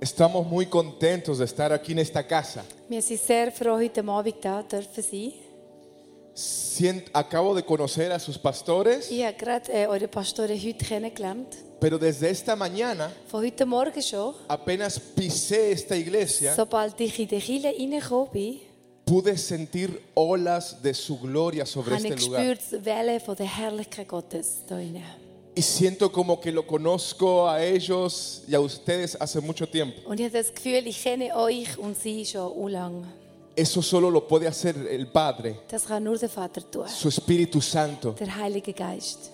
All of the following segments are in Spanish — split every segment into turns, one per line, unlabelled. Estamos muy contentos de estar aquí en esta casa.
Wir sind sehr froh, heute Abend da dürfen sein.
Sien- acabo de conocer a sus pastores,
Ich habe gerade äh, eure Pastoren heute kennengelernt.
pero desde esta mañana
Von heute Morgen schon,
apenas pisé esta iglesia,
sobald ich in die Kirche reingekommen bin,
pude sentir olas de su gloria sobre
habe ich
este lugar.
gespürt, die Welle von der Herrlichkeit Gottes hier drin.
Y siento como que lo conozco a ellos y a ustedes hace mucho tiempo.
Und ich habe das Gefühl, ich kenne euch und sie schon so lange.
Eso solo lo puede hacer el Padre,
Das kann nur der Vater tun,
su Espíritu Santo.
der Heilige Geist.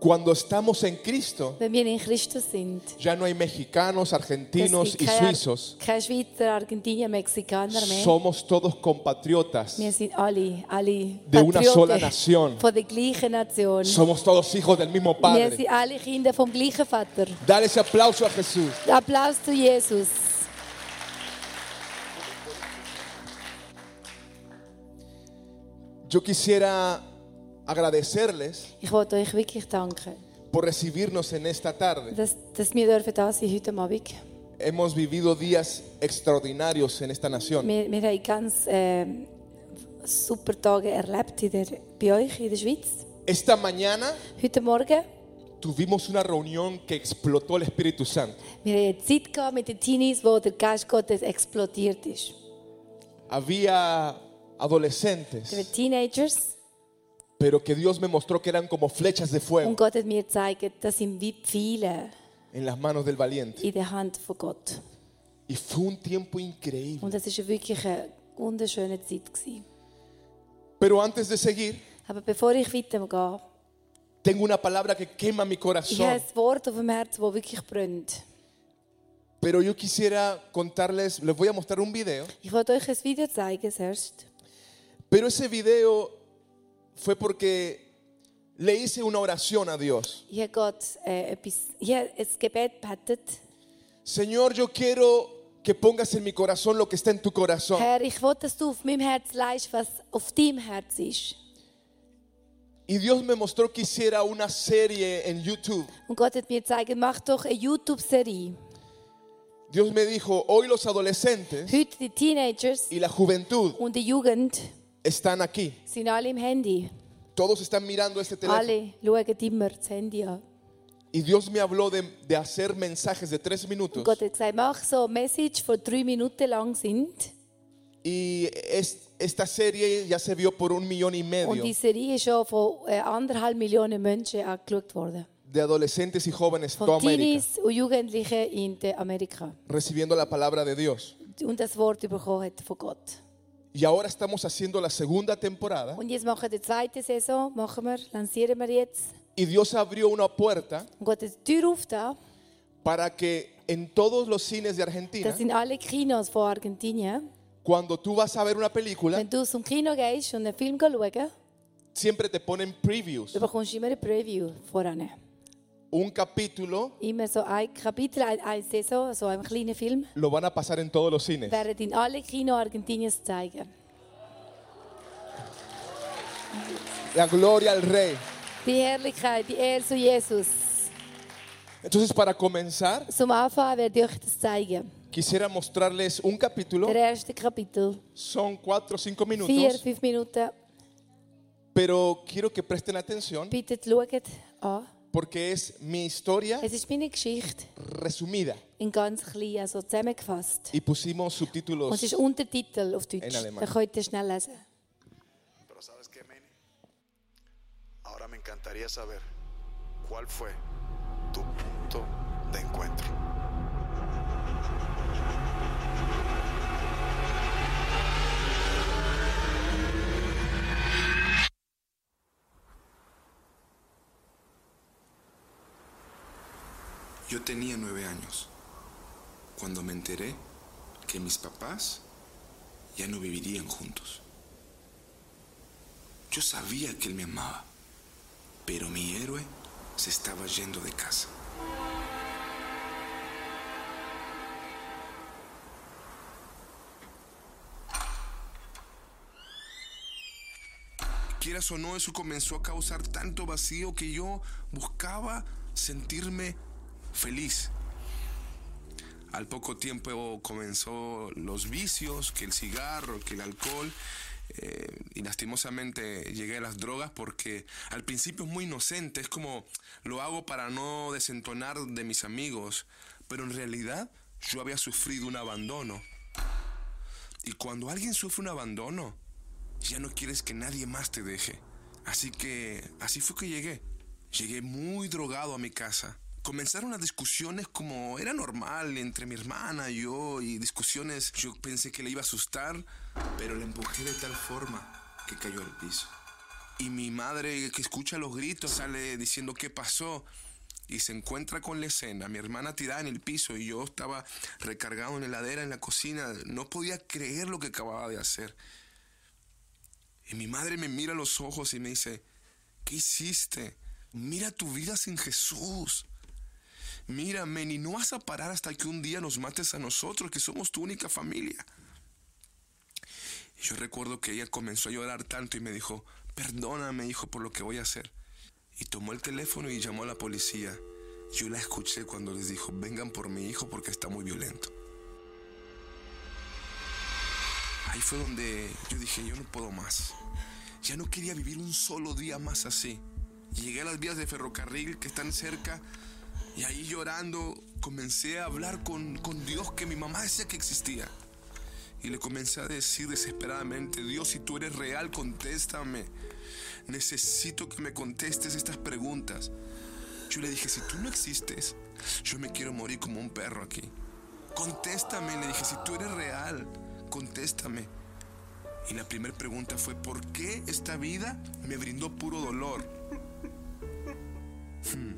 Cuando estamos en Cristo,
Wenn wir in Christus sind,
ya no hay mexicanos,
es
argentinos
gibt
y
keine-
suizos.
keine Schweizer, Argentinier, Mexikaner mehr.
Somos todos compatriotas.
wir sind alle, alle
De una
Patrioten
sola nación.
von der gleichen Nation.
Somos todos hijos del mismo
Wir
Padre.
sind alle Kinder vom gleichen Vater.
Dale ese aplauso a Jesús.
Applaus zu Jesus.
Yo quisiera agradecerles
Ich wollte euch wirklich danken,
por recibirnos en esta tarde.
dass, dass wir dürfen da sein heute Abend.
Hemos vivido días extraordinarios en esta nación.
Wir, wir haben ganz ähm, super Tage erlebt in der, bei euch in der Schweiz.
Esta mañana
Heute Morgen
tuvimos una reunión que explotó el Espíritu Santo.
wir haben eine Zeit gehabt mit den Teenies, wo der Geist Gottes explodiert ist.
Había
Wir
adolescentes,
waren Teenagers
pero que Dios me mostró que eran como flechas de fuego
und Gott hat mir gezeigt, das sind wie viele
en las manos del valiente.
in der Hand von Gott.
Y fue un tiempo increíble.
Und das war wirklich eine wunderschöne Zeit. Gewesen.
Pero antes de seguir,
Aber bevor ich weitergehe,
tengo una palabra que quema mi
Ich habe
corazón.
ein Wort auf dem Herzen, das wirklich brennt.
Pero yo quisiera contarles, les voy a mostrar un video,
Ich wollte euch ein Video zeigen zuerst.
pero ese video fue porque le hice una oración a Dios.
Ich habe Gott äh, etwas, ich habe ein Gebet gebetet.
Señor, yo quiero que pongas en mi corazón lo que está en tu corazón.
Herr, ich will, dass du auf meinem Herz leist, was auf deinem Herz ist.
Y Dios me mostró que hiciera una serie en YouTube.
Und Gott hat mir gezeigt, mach doch eine YouTube-Serie.
Dios me dijo, hoy los adolescentes
Heute die Teenagers
y la juventud
und die Jugend
están aquí.
sind alle im Handy.
Todos están mirando este teléfono.
Alle schauen immer das Handy an.
Y Dios me habló de, de hacer mensajes de tres minutos.
Und Gott hat gesagt, mach so eine Message, die drei Minuten lang sind.
Y es- esta serie ya se vio por un millón y
Und die
medio
Serie ist schon von äh, anderthalb Millionen Menschen angeschaut worden.
de adolescentes y jóvenes de toda
Von
América
Teenies und Jugendlichen in der Amerika.
recibiendo la palabra de Dios.
Und das Wort bekommen hat von Gott.
Y ahora estamos haciendo la segunda temporada
Und jetzt machen wir die zweite Saison, machen wir, lancieren wir jetzt.
y Dios abrió una puerta
Und Gott hat die Tür aufgetan.
para que en todos los cines de Argentina,
Das sind alle Kinos von Argentinien.
cuando tú vas a ver una película,
Wenn du zum Kino gehst und einen Film schauen,
siempre te ponen previews,
dann bekommst du immer eine Preview voran.
un capítulo
Immer so ein Kapitel, ein- eine Saison, so einen kleinen Film,
lo van a pasar en todos los cines.
werden in alle Kino Argentiniens zeigen.
La gloria al Rey.
Die Herrlichkeit, die Ehre zu Jesus.
Entonces, para comenzar,
Zum Anfang werde ich euch das zeigen.
quisiera mostrarles un capítulo.
Der erste Kapitel.
Son cuatro o cinco
Vier,
minutos.
fünf Minuten.
pero quiero que presten atención
Bitte schaut an.
porque es mi historia
Es ist meine Geschichte
resumida
in ganz klein, also zusammengefasst.
y pusimos
Und Pues es
subtítulos.
ist Untertitel auf Deutsch.
In Alemán.
Dann könnt ihr schnell lesen.
Pero ¿sabes qué, Meni? Ahora me encantaría saber cuál fue tu punto de encuentro.
Yo tenía nueve años cuando me enteré que mis papás ya no vivirían juntos. Yo sabía que él me amaba, pero mi héroe se estaba yendo de casa. Quieras o no, eso comenzó a causar tanto vacío que yo buscaba sentirme feliz. Al poco tiempo comenzó los vicios, que el cigarro, que el alcohol. eh, y lastimosamente llegué a las drogas porque al principio es muy inocente, es como lo hago para no desentonar de mis amigos, pero en realidad yo había sufrido un abandono. Y cuando alguien sufre un abandono, ya no quieres que nadie más te deje. Así que así fue que llegué. Llegué muy drogado a mi casa. Comenzaron las discusiones como era normal entre mi hermana y yo y discusiones yo pensé que le iba a asustar, pero le empujé de tal forma que cayó al piso. Y mi madre que escucha los gritos sale diciendo qué pasó y se encuentra con la escena. Mi hermana tirada en el piso y yo estaba recargado en la heladera en la cocina. No podía creer lo que acababa de hacer. Y mi madre me mira a los ojos y me dice, ¿qué hiciste? Mira tu vida sin Jesús. Mírame, y no vas a parar hasta que un día nos mates a nosotros, que somos tu única familia. Y yo recuerdo que ella comenzó a llorar tanto y me dijo, perdóname hijo por lo que voy a hacer. Y tomó el teléfono y llamó a la policía. Yo la escuché cuando les dijo, vengan por mi hijo porque está muy violento. Ahí fue donde yo dije, yo no puedo más. Ya no quería vivir un solo día más así. Llegué a las vías de ferrocarril que están cerca y ahí llorando comencé a hablar con, con Dios que mi mamá decía que existía. Y le comencé a decir desesperadamente, Dios, si tú eres real, contéstame. Necesito que me contestes estas preguntas. Yo le dije, si tú no existes, yo me quiero morir como un perro aquí. Contéstame, le dije, si tú eres real, contéstame. Y la primera pregunta fue, ¿por qué esta vida me brindó puro dolor? Hmm.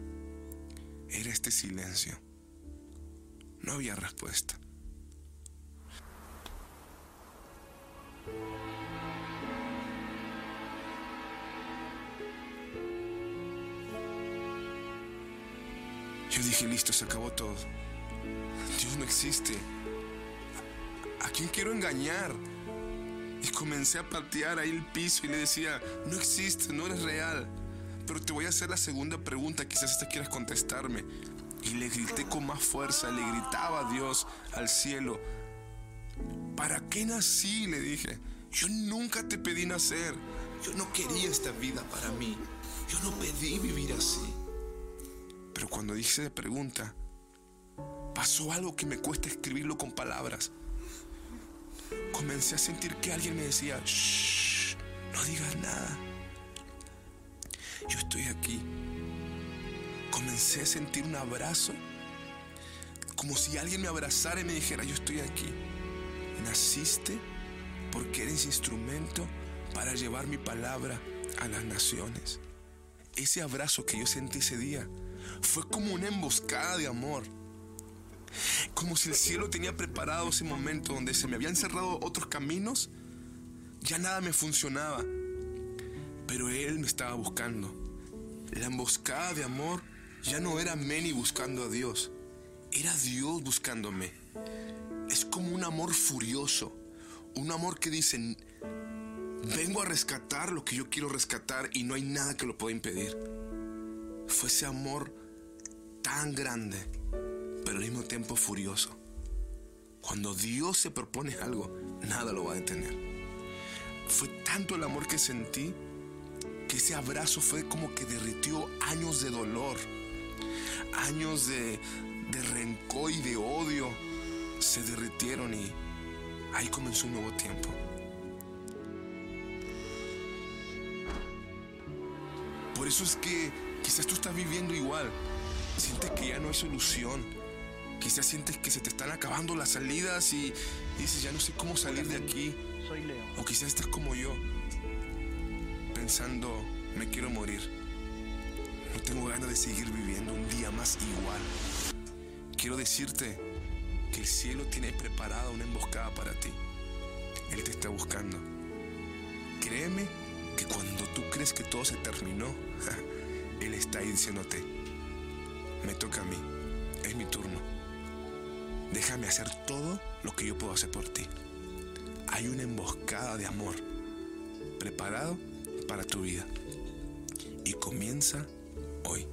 Era este silencio. No había respuesta. Yo dije, listo, se acabó todo. Dios no existe. ¿A- ¿A quién quiero engañar? Y comencé a patear ahí el piso y le decía, no existe, no eres real. Pero te voy a hacer la segunda pregunta, quizás esta quieras contestarme. Y le grité con más fuerza, le gritaba a Dios, al cielo. ¿Para qué nací? Le dije. Yo nunca te pedí nacer. Yo no quería esta vida para mí. Yo no pedí vivir así. Pero cuando hice la pregunta, pasó algo que me cuesta escribirlo con palabras. Comencé a sentir que alguien me decía, shh, no digas nada. Yo estoy aquí. Comencé a sentir un abrazo, como si alguien me abrazara y me dijera, yo estoy aquí. Naciste porque eres instrumento para llevar mi palabra a las naciones. Ese abrazo que yo sentí ese día fue como una emboscada de amor. Como si el cielo tenía preparado ese momento donde se me habían cerrado otros caminos, ya nada me funcionaba. Pero él me estaba buscando. La emboscada de amor ya no era Meni buscando a Dios, era Dios buscándome. Es como un amor furioso, un amor que dice, vengo a rescatar lo que yo quiero rescatar y no hay nada que lo pueda impedir fue ese amor tan grande, pero al mismo tiempo furioso. Cuando Dios se propone algo, nada lo va a detener. Fue tanto el amor que sentí que ese abrazo fue como que derritió años de dolor, años de, de rencor y de odio. Se derritieron y ahí comenzó un nuevo tiempo. Por eso es que quizás tú estás viviendo igual. Sientes que ya no hay solución. Quizás sientes que se te están acabando las salidas y, y dices, ya no sé cómo salir de aquí.
Soy Leo.
O quizás estás como yo, pensando, me quiero morir. No tengo ganas de seguir viviendo un día más igual. Quiero decirte que el cielo tiene preparada una emboscada para ti. Él te está buscando. Créeme que cuando tú crees que todo se terminó, Él está ahí diciéndote, me toca a mí, es mi turno. Déjame hacer todo lo que yo puedo hacer por ti hay una emboscada de amor preparado para tu vida. Y comienza hoy.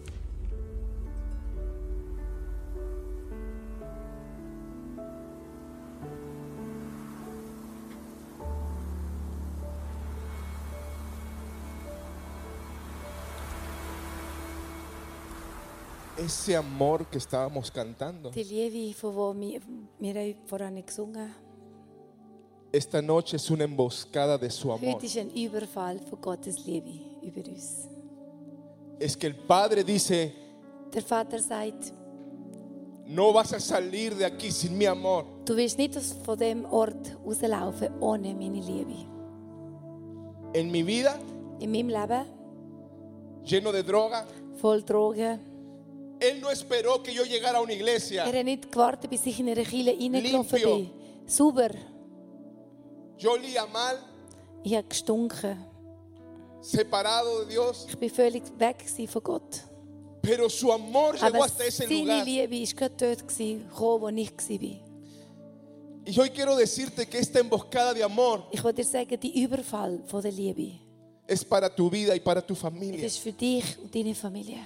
ese amor que estábamos cantando.
Die Liebe, von wo wir, wir haben vorhin gesungen haben.
Esta noche es una emboscada de su amor.
Heute ist ein Überfall von Gottes Liebe über uns.
Es que el Padre dice,
Der Vater sagt,
no vas a salir de aquí sin mi amor.
du wirst nicht aus- von dem Ort rauslaufen ohne meine Liebe.
En mi vida,
In meinem Leben,
lleno de droga,
voll Drogen.
Él no esperó que yo llegara a una iglesia.
Er hat nicht gewartet, bis ich in einer Kirche reingelaufen
Limpio.
bin. Sauber.
Yo olía mal,
Ich habe gestunken.
separado de Dios,
Ich war völlig weg gewesen von Gott.
pero su amor llegó
Aber
hasta ese
seine
lugar.
Liebe war gerade dort, gewesen, gekommen, wo ich war.
Y hoy quiero decirte que esta emboscada de amor
Ich wollte dir sagen, der Überfall von der Liebe
es para tu vida y para tu
das
familia.
ist für dich und deine Familie.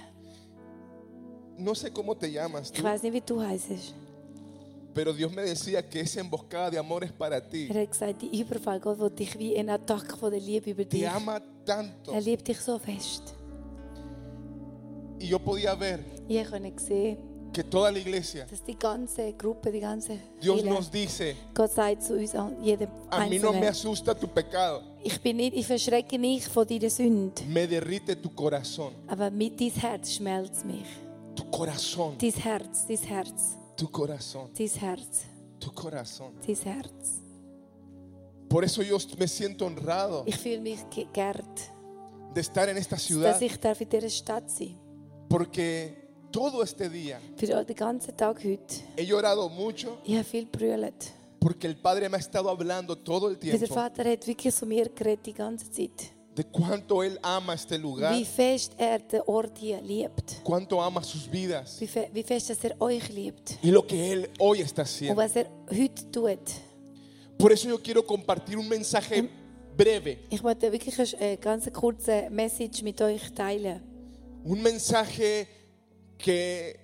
No sé cómo te llamas,
Ich
tú,
weiß nicht, wie du heißt.
pero Dios me decía que esa emboscada de amor es para ti.
Er hat gesagt, der Überfall Gott will dich wie ein Attacke von der Liebe über dich.
Te ama tanto.
Er liebt dich so fest.
Y yo podía ver
Ich konnte sehen,
que toda la iglesia,
dass die ganze Gruppe, die ganze
Dios
Kirche-
nos dice,
Gott sagt zu uns, an- jedem
a mí no me
Einzelnen,
asusta tu pecado,
ich, bin nicht, ich verschrecke nicht von deiner Sünde,
me derrite tu corazón,
aber mit dein Herz schmelzt mich.
tu corazón,
Dein Herz, dein Herz,
tu corazón,
dein Herz,
tu corazón.
dein Herz.
Por eso yo me siento honrado
Ich fühle mich geehrt,
de estar en esta
dass
ciudad,
ich darf in dieser Stadt sein
porque todo este día
darf. Für den ganzen Tag heute.
he llorado mucho,
Ich habe viel gebrüllt.
porque el Padre me ha estado hablando todo el
Weil Der
tiempo
Vater hat wirklich zu mir geredet die ganze Zeit.
de cuánto Él ama este lugar,
Wie fest er den Ort hier liebt.
cuánto ama sus vidas
Wie, fe wie fest dass er euch liebt.
y lo que Él hoy está
Und
haciendo.
was er heute tut.
Por eso yo quiero compartir un mensaje breve.
Ich möchte wirklich eine ganz kurze Message mit euch teilen.
Un mensaje que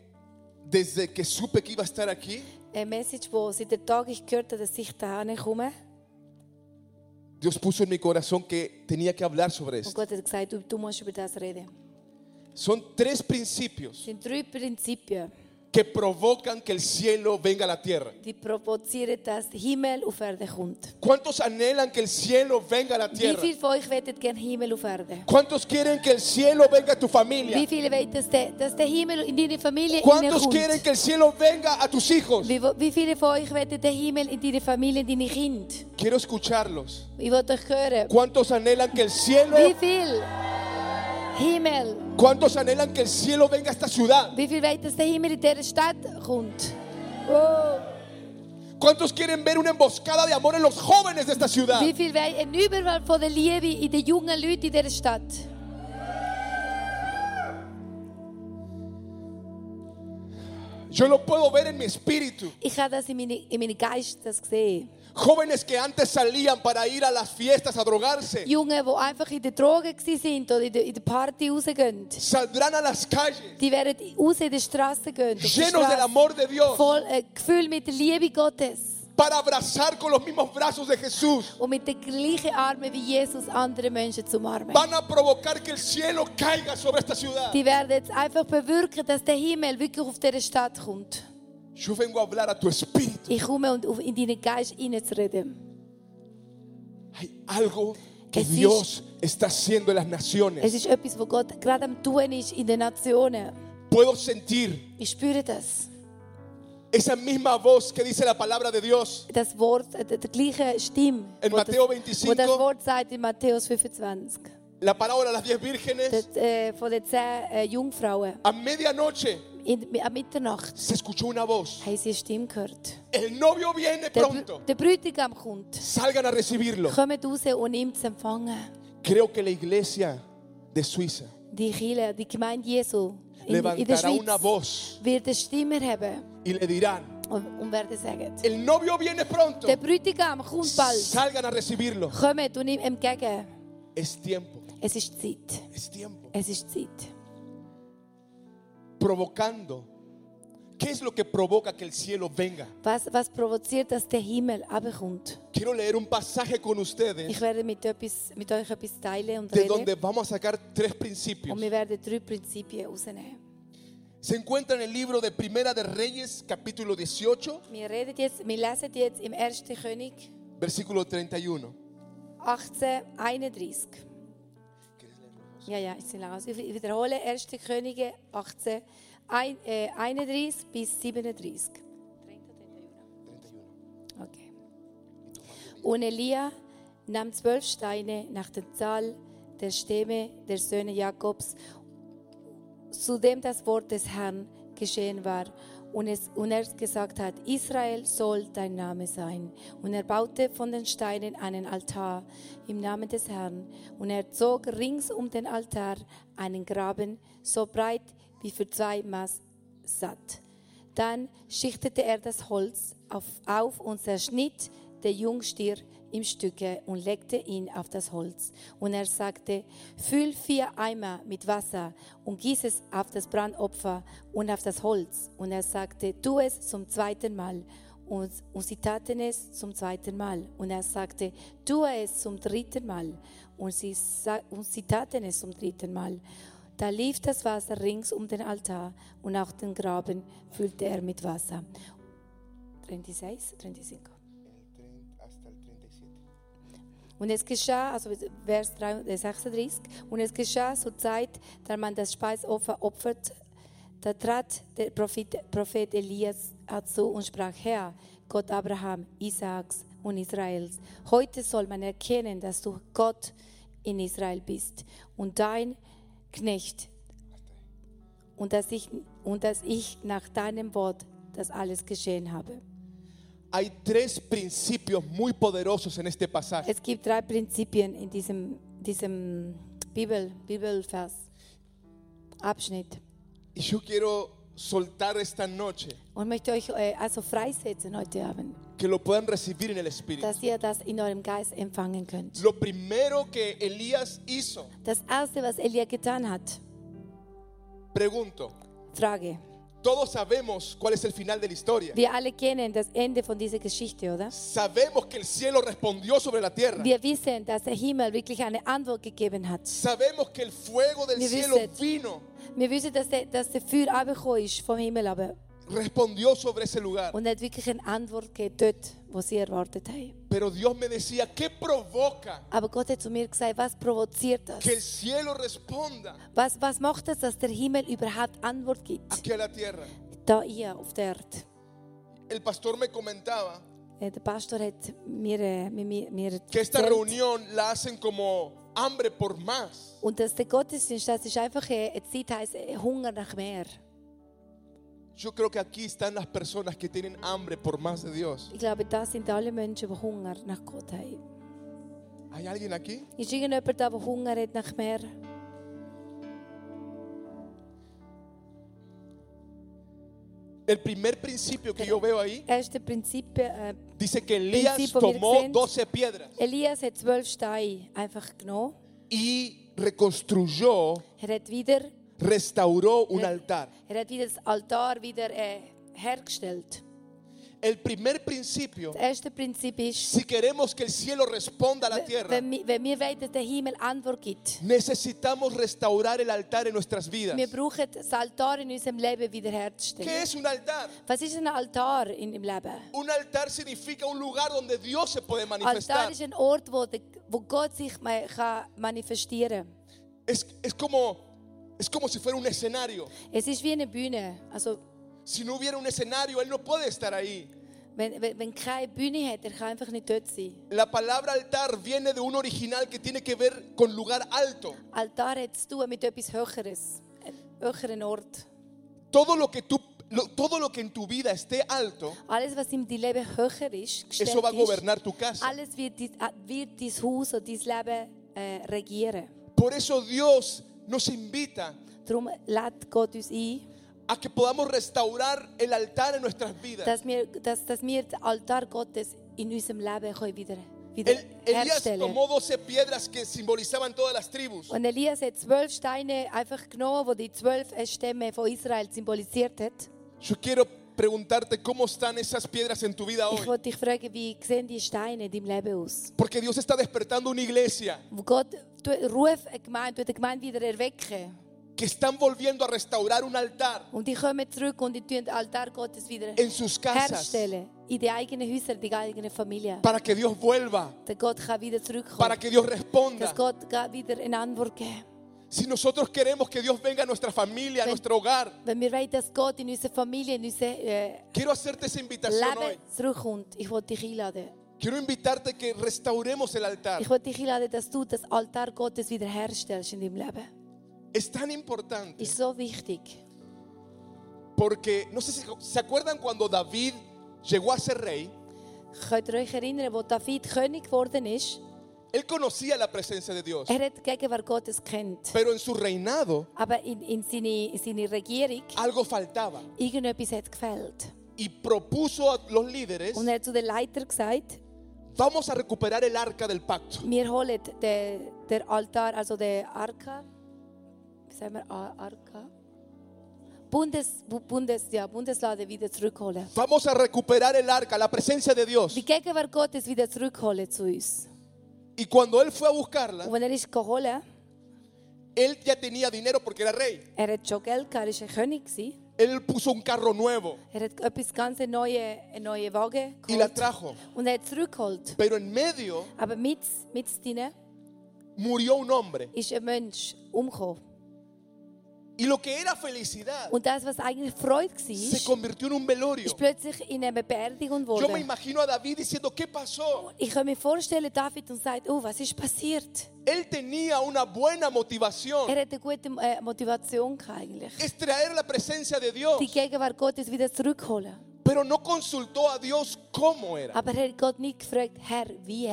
desde que supe que iba a estar aquí,
Eine Message, wo seit dem Tag ich gehört habe, dass ich dahin komme.
Dios puso en mi corazón que tenía que hablar sobre
Und
esto.
Gott hat gesagt, du, du musst über das reden.
Son tres
Es
principios
sind drei Prinzipien.
que provocan que el cielo venga a la tierra.
die provozieren, dass der Himmel auf Erde kommt.
¿Cuántos anhelan que el cielo venga a la
Wie
tierra?
viele von euch wollen gerne Himmel auf Erde?
¿Cuántos quieren que el cielo venga a tu familia?
Wie viele wollen, dass der, dass der Himmel in deine Familie
¿Cuántos
hineinkommt?
quieren que el cielo venga a tus hijos?
Wie, wie viele von euch wollen den Himmel in deine Familie, in deine Kinder?
Quiero escucharlos.
Ich will euch hören.
¿Cuántos anhelan que el cielo,
Wie viel Himmel?
cuántos anhelan que el cielo venga a esta ciudad?
Wie viel wollen, dass der Himmel in dieser Stadt kommt? Oh.
¿Cuántos quieren ver una emboscada de amor en los jóvenes de esta ciudad?
Wie viel wollen ein Überfall von der Liebe in den jungen Leuten in dieser Stadt?
Yo lo puedo ver en mi espíritu.
Ich habe das in meinem in meinem Geist das gesehen.
Jóvenes que antes salían para ir a las fiestas a drogarse,
Jungen, die einfach in der Droge gsi sind oder in der, in der Party rausgehen,
saldrán a las calles
die werden raus in die Straße gehen. auf die
llenos del
Strasse.
amor de Dios
Voll äh, Gefühl mit der Liebe Gottes
para abrazar con los mismos brazos de Jesús.
und mit den gleichen Armen wie Jesus andere Menschen zum Armen.
Van a provocar que el cielo caiga sobre esta ciudad.
Die werden jetzt einfach bewirken, dass der Himmel wirklich auf diese Stadt kommt.
Yo vengo a hablar a tu espíritu.
Ich komme und auf in deinen Geist hineinzureden.
Hay algo que
Es ist-
Dios está haciendo en las
Es
naciones.
ist etwas, was Gott gerade am Tun ist in den Nationen.
Puedo sentir
Ich spüre das.
esa misma voz que dice la palabra de Dios.
Das Wort, äh, der, der gleiche Stimme.
In
wo das-
Matthäus 25.
Wo das Wort sagt in Matthäus 25.
La parábola de las diez vírgenes.
Das, äh, von den zehn äh, Jungfrauen.
A medianoche
In, am Mitternacht
se escuchó una voz.
haben sie eine Stimme gehört.
El novio viene
Der,
pronto.
Brü- der Brütigam kommt.
Salgan a recibirlo.
Kommt raus und ihm zu empfangen.
Creo que la iglesia de Suiza
Die Kirche, die Gemeinde Jesu in, in der
levantará una
Schweiz
voz
wird eine Stimme haben
y le dirán,
und, und werden sagen,
el novio viene pronto.
der Brütigam kommt bald.
Salgan a recibirlo.
Kommt und ihm entgegen.
Es tiempo,
Es ist Zeit.
es tiempo.
Es ist Zeit.
Provocando. ¿Qué es lo que provoca que el cielo venga?
Was, was provoziert, dass der Himmel abkommt?
Quiero leer un pasaje con
Ich
ustedes
werde mit, etwas, mit euch etwas teilen und
de
reden.
donde vamos a sacar tres principios.
Und wir werden drei Prinzipien herausnehmen.
Se encuentra en el libro de Primera de Reyes, capítulo 18,
Wir, reden jetzt, wir lesen jetzt im 1. König
versículo 31.
18, 31. Ja, ja, ist in Ordnung. Also Ich ich wiederhole 1. Könige 18, ein, äh, 31 bis 37. Okay. Und Elia nahm zwölf Steine nach der Zahl der Stämme der Söhne Jakobs, zu dem das Wort des Herrn geschehen war. Und, es, und er gesagt hat, Israel soll dein Name sein. Und er baute von den Steinen einen Altar im Namen des Herrn. Und er zog rings um den Altar einen Graben, so breit wie für zwei Maß satt. Dann schichtete er das Holz auf, auf und zerschnitt den Jungstier im Stücke und legte ihn auf das Holz. Und er sagte, füll vier Eimer mit Wasser und gieß es auf das Brandopfer und auf das Holz. Und er sagte, tu es zum zweiten Mal. Und, und sie taten es zum zweiten Mal. Und er sagte, tu es zum dritten Mal. Und sie, sa- und sie taten es zum dritten Mal. Da lief das Wasser rings um den Altar und auch den Graben füllte er mit Wasser. 36, 35. Und es geschah, also Vers 3 äh, 36, und es geschah zur Zeit, da man das Speisopfer opfert, da trat der Prophet, Prophet Elias herzu und sprach, Herr, Gott Abraham, Isaaks und Israels, heute soll man erkennen, dass du Gott in Israel bist und dein Knecht und dass ich, und dass ich nach deinem Wort das alles geschehen habe.
Hay tres principios muy poderosos en este pasaje.
Es gibt drei Prinzipien in diesem, diesem Bibel, Bibelvers, Abschnitt.
Y yo quiero soltar esta noche
Und möchte euch äh, also freisetzen heute Abend,
que lo puedan recibir en el Espíritu.
dass ihr das in eurem Geist empfangen könnt.
Lo primero que Elías hizo,
Das erste, was Elia getan hat,
pregunto,
Frage.
todos sabemos cuál es el final de la historia.
Wir alle kennen das Ende von dieser Geschichte, oder?
Sabemos que el cielo respondió sobre la tierra.
Wir wissen, dass der Himmel wirklich eine Antwort gegeben hat.
Sabemos que el fuego del
Ni
cielo
dice-
vino,
Wir wissen, dass der, dass der Feuer abgekommen ist vom Himmel aber
respondió sobre ese lugar.
und hat wirklich eine Antwort gegeben, dort, wo sie erwartet haben.
Pero Dios me decía, ¿qué provoca
Aber Gott hat zu mir gesagt, was provoziert das?
que el cielo responda
Was, was macht es, dass der Himmel überhaupt Antwort gibt?
aquí a la tierra?
Da ihr auf der Erde.
El pastor me comentaba
Äh, Der Pastor hat mir, äh, mir, mir, mir
que esta
erzählt.
reunión la hacen como hambre por más.
und dass der Gottesdienst, das ist einfach äh, eine Zeit, heisst äh, Hunger nach mehr.
Yo creo que aquí están las personas que tienen hambre por más de Dios.
Ich glaube, das sind alle Menschen, die Hunger nach Gott haben.
¿Hay alguien aquí?
Ist irgendjemand da, der Hunger hat nach mehr?
El primer principio que yo veo ahí
Erste Prinzip, äh,
dice que Elías
Principio, mira,
tomó
excelente.
12 piedras
Elias hat zwölf Steine einfach genommen.
y reconstruyó,
Er hat wieder,
restauró un
Re-
altar.
er hat wieder das Altar wieder äh, hergestellt.
El primer principio,
Das erste Prinzip ist,
si queremos que el cielo responda a la tierra,
Wenn, wir- wenn wir wollen, dass der Himmel Antwort gibt,
necesitamos restaurar el altar en nuestras vidas.
wir brauchen das Altar in unserem Leben
¿Qué
wiederherzustellen.
es un altar?
Was ist ein Altar in dem Leben?
Un altar significa un lugar donde Dios se puede
Altar
manifestar.
ist ein Ort, wo, der, wo Gott sich ma- kann manifestieren kann.
Es, es como, es como si fuera un escenario.
Es ist wie eine Bühne. Also,
Si no hubiera un escenario, Él no puede estar ahí.
wenn, wenn, wenn keine Bühne hat, er kann einfach nicht dort sein.
La palabra altar viene de un original que tiene que ver con lugar alto.
Altar hat zu tun mit etwas Höheres, einem höheren Ort.
Todo lo que, tú, lo- todo lo que en tu vida esté alto,
Alles, was in deinem Leben höher ist, gestellt
eso va a gobernar
ist,
tu casa.
alles wird, dies- wird dein Haus und dein Leben äh, regieren.
Por eso Dios nos invita
Darum lädt Gott uns ein,
a que podamos restaurar el altar en nuestras vidas.
dass wir, dass, dass wir den Altar Gottes in unserem Leben können wieder, wieder
El- Elías
herstellen
tomó 12 piedras que simbolizaban todas las tribus.
Und Elias hat zwölf Steine einfach genommen, die die zwölf Stämme von Israel symbolisiert hat.
Yo quiero preguntarte cómo están esas piedras en tu vida
Ich
hoy.
wollte dich fragen, wie sehen die Steine in deinem Leben aus?
Porque Dios está despertando una iglesia
Wo Gott tu- ruft eine Gemeinde, tut eine Gemeinde wieder erwecken.
que están volviendo a restaurar un altar
Und die kommen zurück und die tun den Altar Gottes wieder
en sus casas
herstellen. In die eigenen Häuser, die eigene Familie.
para que Dios vuelva,
Der Gott kann wieder
para
zurückkommen.
que Dios responda.
Dass Gott ga- wieder eine Antwort gibt.
Si nosotros queremos que Dios venga a nuestra familia, a
Ven.
nuestro hogar,
Wenn wir wollen, dass Gott in unsere Familie, in unser äh,
quiero hacerte esa invitación hoy.
Leben zurückkommt, ich will dich einladen.
Quiero invitarte que restauremos el altar.
Ich will dich einladen, dass du das Altar Gottes wiederherstellst in deinem Leben.
Es tan importante
Ist so wichtig.
porque no sé si se acuerdan cuando David llegó a ser rey,
Könnt ihr euch erinnern, wo David König geworden ist?
él conocía la presencia de Dios,
Er hat die Gegenwart Gottes kennt.
pero en su reinado
Aber in, in seine, seine Regierung,
algo faltaba
irgendetwas hat gefällt.
y propuso a los líderes,
Und er hat zu den Leitern gesagt,
vamos a recuperar el arca del pacto.
wir holen den, den Altar, also den Arka, wie sagen wir, A- Arka? Bundes, Bu- Bundes, ja, Bundeslade wieder zurückholen.
Vamos a recuperar el arca, la presencia de Dios.
Die Gegenwart Gottes wieder zurückholen zu uns.
Y cuando él fue a buscarla,
Und wenn er ist geholt,
él ya tenía dinero porque era rey.
er hat schon Geld gehabt, er war ein König. Gewesen.
Él puso un carro nuevo
Er hat etwas ganz Neues, einen neuen Wagen
y la
geholt.
trajo.
Und er hat zurückgeholt.
Pero en medio
Aber mit, mit drin
murió un hombre.
ist ein Mensch umgekommen.
Y lo que era felicidad
Und das, was eigentlich Freude
se
war,
convirtió en un velorio.
ist plötzlich in eine Beerdigung
Yo me
geworden.
imagino a David diciendo, ¿qué pasó?
Ich kann mir vorstellen, David und sagt, oh, was ist passiert?
Él tenía una buena motivación.
Er hatte eine gute äh, Motivation gehabt eigentlich.
Es traer la presencia de Dios.
Die Gegenwart Gottes wieder zurückholen.
Pero no consultó a Dios cómo era.
Aber er hat Gott nicht gefragt, Herr, wie?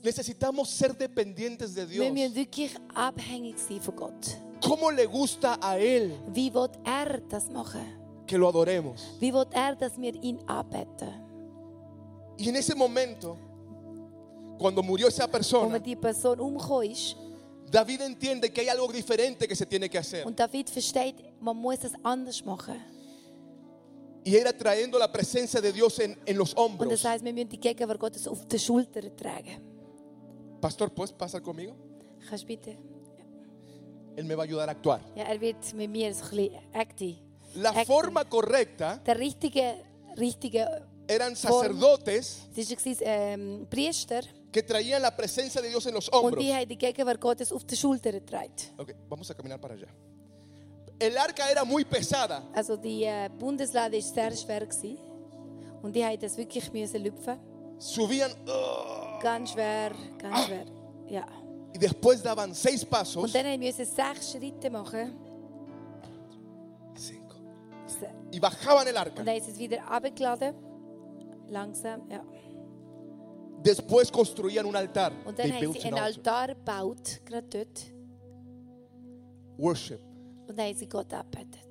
Necesitamos ser dependientes de
Wir
Dios.
müssen wirklich abhängig sein von Gott.
¿Cómo le gusta a Él
Wie will er das machen?
que lo adoremos?
Wie will er, dass wir ihn anbeten?
Y en ese momento, cuando murió esa
Und
persona,
wenn die Person umgekommen ist
David entiende que hay algo diferente que se tiene que hacer.
und David versteht, man muss es anders machen.
Y era trayendo la presencia de Dios en, en los
Und das
hombros.
heißt, wir müssen die Gegenwart Gottes auf den Schultern tragen.
Pastor, ¿puedes pasar conmigo?
Kannst du bitte?
Él me va a ayudar a actuar.
Ja, er wird mit mir so ein bisschen acti.
La
acti.
forma correcta
Der richtige, richtige,
eran
Forma.
sacerdotes
das war ähm, Priester
que traían la presencia de Dios en los
und
hombros.
die haben die Gegenwart Gottes auf den Schultern getragen.
Ok, vamos a caminar para allá. El arca era muy pesada
Also die äh, Bundeslade war sehr schwer gewesen. und die haben das wirklich müssen lüpfen.
subían uh,
Ganz schwer, ganz schwer. Ja.
y después daban seis pasos
Und dann haben wir müssen sechs Schritte machen
cinco,
Se-
y bajaban el
und
arca.
dann ist es wieder abgeladen. Langsam, ja.
Después construían un altar.
Und
They
dann haben
built
sie
an
einen
altar.
Altar gebaut, gerade dort.
Worship.
Und dann haben sie Gott angebetet.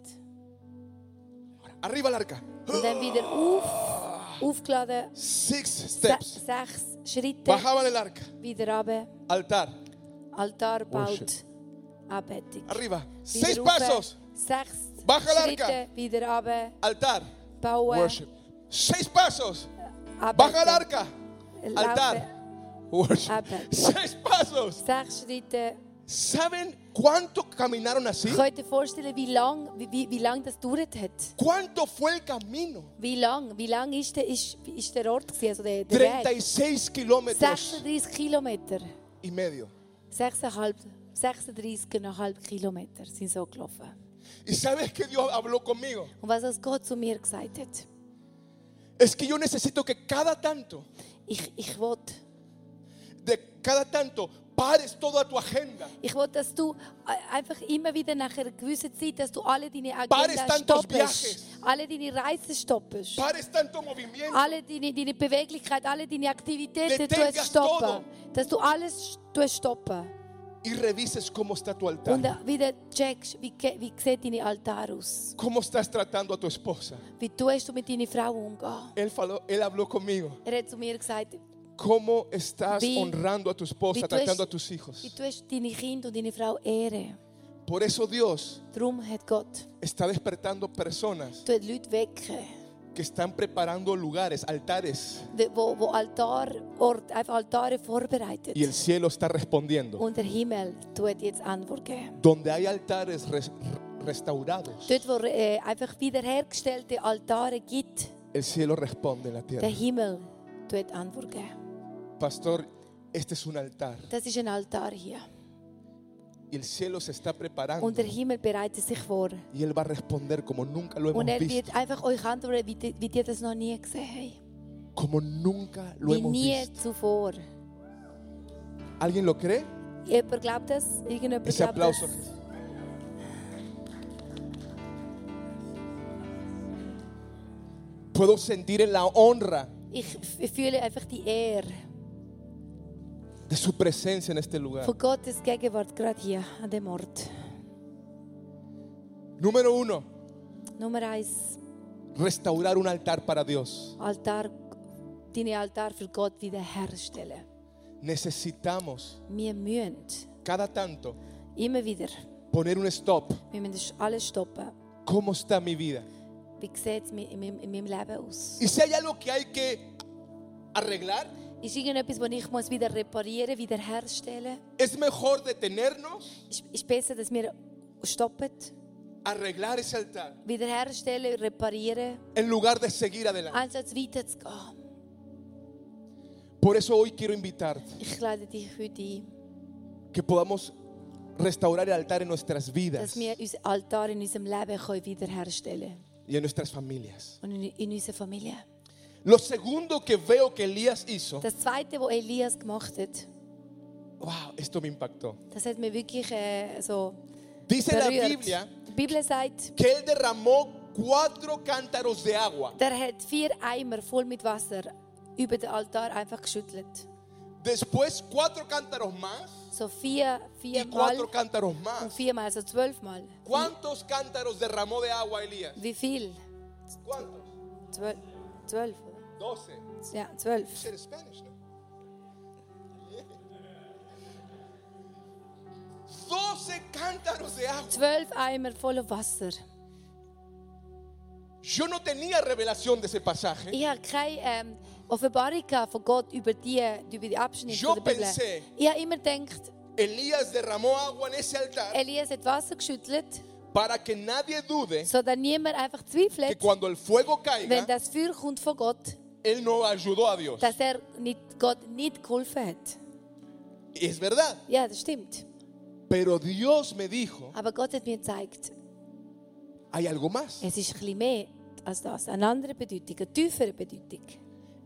Arriba el arca.
Und dann wieder auf, aufgeladen,
Six
se,
steps.
sechs Schritte
Bajaban el arca.
wieder runter,
Altar.
Altar baut,
Worship.
Anbetung.
Arriba.
Wieder
Oh, Seis
rauf,
pasos.
Sechs
Baja el
Schritte
arca.
wieder runter,
Altar.
bauen,
Worship. Seis pasos.
Anbetung.
Baja el arca.
Laufen.
Altar. Worship.
Altar.
Seis pasos.
Sechs Schritte.
¿Saben cuánto caminaron así?
Könnt ihr euch vorstellen, wie lang, wie, wie, wie lang das gedauert hat?
¿Cuánto fue el camino?
Wie lang, wie lang ist der, ist, ist der Ort gewesen, also der, der Weg?
36 kilómetros
36 Kilometer.
y medio.
6,5, 36,5 Kilometer sind so gelaufen.
¿Y sabes que Dios habló conmigo?
Und was das Gott zu mir gesagt hat,
Es que yo necesito que cada tanto,
ich, ich will,
de cada tanto, pares toda tu agenda.
ich will, dass du äh, einfach immer wieder nach einer gewissen Zeit, dass du alle deine
Pares
Agenda
tantos
stoppest,
viajes.
alle deine Reisen stoppest,
Pares tanto movimiento.
alle deine, deine Beweglichkeit, alle deine Aktivitäten
Detengas
tust stoppen, dass du alles tust stoppen
Y revises cómo está tu
und
altar.
dann wieder checkst, wie, ge- wie sieht deine Altar aus,
¿Cómo estás tratando a tu esposa?
wie tust du mit deiner Frau umgehen.
Él, faló- él habló conmigo.
Er hat zu mir gesagt,
¿Cómo estás
Vi-
honrando a tu esposa,
vi tú
tratando a
es-
tus
wie
hijos?
tust deine Kinder und deine Frau Ehre.
Por eso Dios
Darum hat Gott
está despertando personas
tut Leute wecken.
que están preparando lugares, altares,
de- wo, wo Altar, Ort, auf Altare vorbereitet.
y el cielo está respondiendo.
Und der Himmel tut jetzt Antwort geben.
Donde hay altares res- restaurados,
Dort, wo äh, einfach wiederhergestellte Altare gibt,
el cielo responde en la
der
tierra.
Himmel tut Antwort geben.
Pastor, este es un altar
Das ist ein Altar hier.
y el cielo se está preparando
Und der Himmel bereitet sich vor.
y él va a responder como nunca lo hemos
Und er
visto,
wird einfach euch antworten, wie, die- wie ihr das noch nie gesehen habt.
como nunca lo
Wie
hemos
nie
visto.
zuvor.
¿Alguien lo cree?
Jemand glaubt das? Irgendjemand
Ese
glaubt
aplauso.
das?
Puedo sentir en la honra
Ich f- fühle einfach die Ehre
de su presencia en este lugar.
von Gottes Gegenwart gerade hier an dem Ort.
Número uno,
Nummer eins,
restaurar un altar para Dios.
Altar, deine Altar für Gott wiederherstellen.
Necesitamos
Wir müssen
cada tanto
immer wieder,
poner un stop.
wir müssen alles stoppen.
¿Cómo está mi vida?
Wie sieht es in meinem in meinem Leben aus?
Y si hay algo que hay que arreglar,
Ist irgendetwas, was ich muss wieder reparieren, wiederherstellen muss?
es mejor detenernos,
Ist, ist besser, dass wir stoppen,
arreglar ese altar,
wiederherstellen, reparieren,
en lugar de seguir adelante.
anstatt weiterzugehen?
Por eso hoy quiero invitarte
Ich lade dich heute ein,
que podamos restaurar el altar en nuestras vidas
dass wir
y
unseren Altar in unserem Leben können wiederherstellen können.
en nuestras familias.
und in, in unserer Familie.
Lo segundo que veo que Elías hizo,
Das Zweite, was Elias gemacht hat,
wow, esto me impactó.
das hat mir wirklich äh, so
Dice la
berührt.
Biblia
Die Bibel sagt,
que él derramó cuatro cántaros de agua
der hat vier Eimer voll mit Wasser über den Altar einfach geschüttelt.
Después cuatro cántaros más
So vier,
y
viermal
cuatro cántaros
und
más.
viermal, also zwölfmal.
¿Cuántos cántaros derramó de agua Elías?
Wie viel?
¿Cuántos?
Zwölf. zwölf oder?
Doce.
ja, zwölf.
It's in Spanish, ¿no? Doce cántaros de agua.
Zwölf Eimer voller Wasser.
Yo no tenía revelación de ese pasaje.
Ich habe keine ähm, Offenbarung gehabt von Gott über die, über die Abschnitte
Yo
der Bibel.
pensé-
Ich habe immer gedacht,
Elías derramó agua en ese altar
Elias hat Wasser geschüttelt.
para que nadie dude
sodass niemand einfach
que
zweifelt,
cuando el fuego
wenn
caiga,
das Feuer kommt von Gott,
él no ayudó a Dios.
dass er nicht, Gott nicht geholfen hat.
Y es verdad.
Ja, das stimmt.
Pero Dios me dijo,
Aber Gott hat mir gezeigt,
hay algo más.
es ist ein bisschen mehr als das. Eine andere Bedeutung, eine tiefere Bedeutung.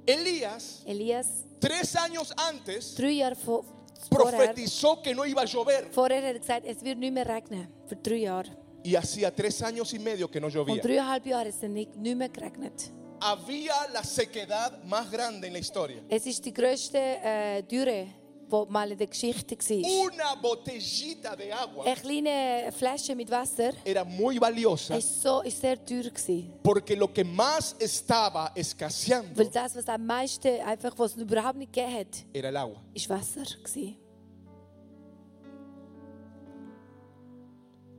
Elías
Elias,
Tres años antes
drei Jahre vor, vorher,
profetizó que no iba a llover
vorher hat er gesagt, es wird nicht mehr regnen. Für drei Jahre.
y hacía tres años y medio que no llovía.
Und dreieinhalb Jahre hat es dann nicht, nicht mehr geregnet.
Había la sequedad más grande en la historia.
Es ist die grösste äh, Dürre, die mal in der Geschichte war.
Una botellita de agua
Eine kleine Flasche mit Wasser
era muy valiosa
ist so ist sehr teuer gewesen.
porque lo que más estaba escaseando
Weil das, was am meisten einfach, was es überhaupt nicht gegeben hat,
era el agua.
ist Wasser gewesen.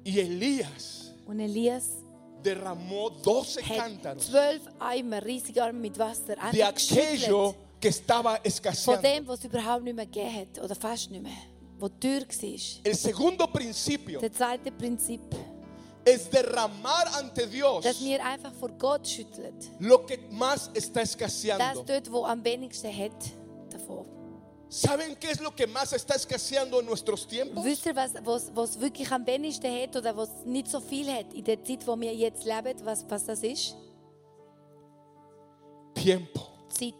Y Elías
Und Elias
derramó 12
hat
cántaros
zwölf Eimer, riesige Arme mit Wasser,
de
einfach
aquello
geschüttelt.
que estaba
Von
escaseando.
dem, was es überhaupt nicht mehr gegeben hat, oder fast nicht mehr, was teuer war.
El segundo principio
Der zweite Prinzip,
es derramar ante Dios
dass wir einfach vor Gott schütteln.
lo que más está
Das
escaseando.
dort, wo am wenigsten hat davon.
¿Saben qué es lo que más está escaseando en nuestros tiempos?
Wisst ihr, was, was, was wirklich am wenigsten hat oder was nicht so viel hat in der Zeit, wo wir jetzt leben, was, was das ist?
Tiempo.
Zeit.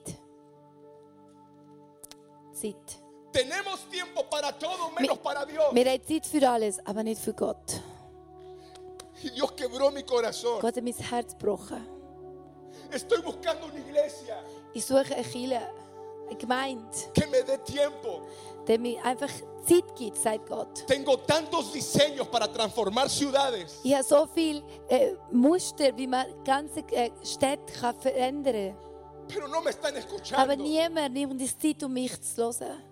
Zeit.
Tenemos tiempo para todo menos
Mi-
para Dios.
Wir haben Zeit für alles, aber nicht für Gott.
Y Dios quebró mi corazón.
Gott hat mein Herz gebrochen.
Estoy buscando una iglesia
Ich suche eine Kirche, eine Gemeinde,
que me dé tiempo.
die mir einfach Zeit gibt, sagt Gott.
Tengo tantos diseños para transformar ciudades.
Ich habe so viele äh, Muster, wie man ganze äh, Städte kann verändern kann.
Pero no me están
Aber
escuchando.
niemand nimmt die Zeit, um mich zu hören.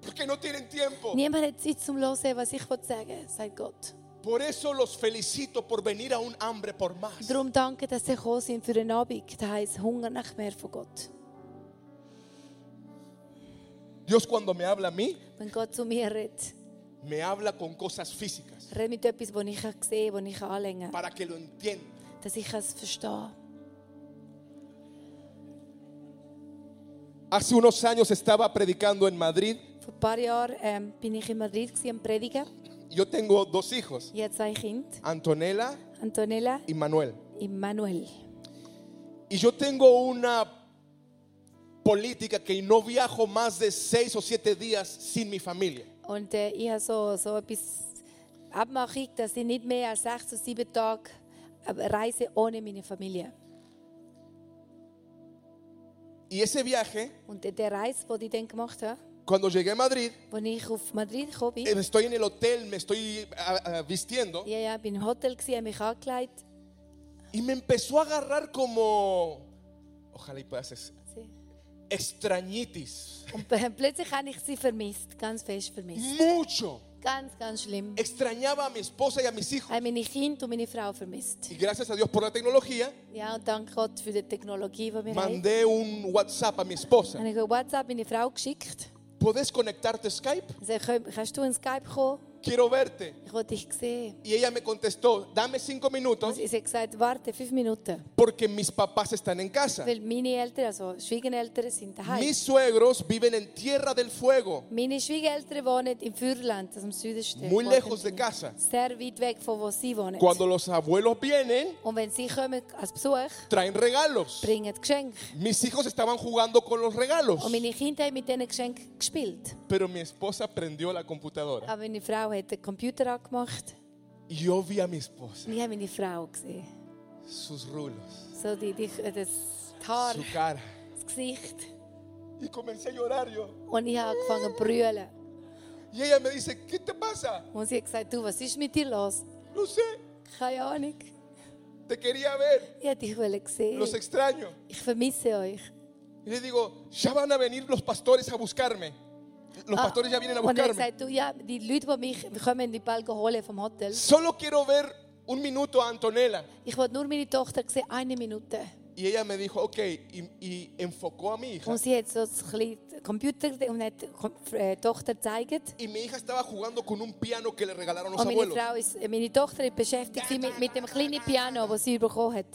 Porque no tienen tiempo.
Niemand hat Zeit, um zu hören, was ich sagen will, sagt Gott.
Por eso los felicito por venir a un hambre por más.
Darum danke, dass ihr gekommen sind für den Abend. Das heisst Hunger nach mehr von Gott.
Dios cuando me habla a mí,
Wenn Gott zu mir redet,
me habla con cosas físicas
redet mit etwas, das ich sehe, das ich anlänge,
para que lo entienda.
dass ich es verstehe.
Hace unos años estaba predicando en Madrid.
Vor ein paar Jahren ähm, bin ich in Madrid gewesen, am Predigen.
Yo tengo dos hijos,
Ich habe zwei Kinder,
Antonella
Antonella
y Manuel.
und Manuel.
Y yo tengo una política que no viajo más de seis o siete días sin mi familia.
Und äh, ich habe so, so etwas Abmachung, dass ich nicht mehr als sechs oder sieben Tage äh, reise ohne meine Familie.
Y ese viaje,
Und äh, der Reise, die ich dann gemacht habe,
cuando llegué a Madrid,
als ich auf Madrid gekommen bin,
eh, estoy en el hotel, me estoy ah, ah, vistiendo
ja, ja, bin im Hotel, gewesen, habe mich angekleidet.
y me empezó a agarrar como, ojalá y puedas, es- extrañitis.
Und äh, plötzlich habe ich sie vermisst, ganz fest vermisst.
Mucho.
Ganz, ganz schlimm.
Extrañaba a mi esposa y a mis
Ich
hijos.
habe meine Kinder und meine Frau vermisst.
Y gracias a Dios por la tecnología,
Ja, und dank Gott für die Technologie, die wir haben.
mandé un WhatsApp a mi esposa.
Habe ich auf WhatsApp meine Frau geschickt.
¿Podés conectarte a Skype?
Sie sagt, kannst du in Skype kommen?
Quiero verte.
Ich will dich sehen.
Y ella me contestó, dame cinco
Und
minutos
sie sie hat gesagt, warte fünf Minuten.
porque mis papás están en casa.
Weil meine Eltern, also Schwiegereltern, sind daheim.
Mis suegros viven en Tierra del Fuego.
Meine Schwiegereltern wohnen im Fürland, das ist am Südwesten.
Muy
von
lejos de
Argentinien.
casa.
Sehr weit weg von wo sie wohnen.
Cuando los abuelos vienen,
Und wenn sie kommen als Besuch,
traen regalos.
bringen Geschenke.
Mis hijos estaban jugando con los regalos,
Und meine Kinder haben mit diesen Geschenken gespielt.
pero mi esposa prendió la computadora.
Aber meine Frau hat den Computer angemacht.
Y yo vi a mi esposa,
Und ich habe meine Frau gesehen.
sus rulos,
So die, die, das die Haar,
su cara.
das Gesicht.
Y comencé a llorar yo.
Und ich habe angefangen zu brüllen.
Y ella me dice, ¿qué te pasa?
Und sie hat gesagt, du, was ist mit dir los?
No sé,
Keine Ahnung.
te quería ver,
Ich hätte dich gesehen.
los extraño.
Ich vermisse euch.
Y le digo, ya van a venir los pastores a buscarme. Los
Ah,
pastores ya vienen a
und er hat
buscarme.
gesagt, du, ja, die Leute, die mich kommen, die bald holen vom Hotel.
Solo quiero ver un minuto a Antonella.
Ich wollte nur meine Tochter sehen, eine Minute.
Y ella me dijo, ok, y, y enfocó a mi hija.
Und sie hat so ein bisschen Computer und hat die äh, Tochter gezeigt.
Y mi hija estaba jugando con un piano que le regalaron los
Und meine,
abuelos.
Frau ist, äh, meine Tochter ist beschäftigt gewesen mit, mit dem kleinen Piano, das sie bekommen hat.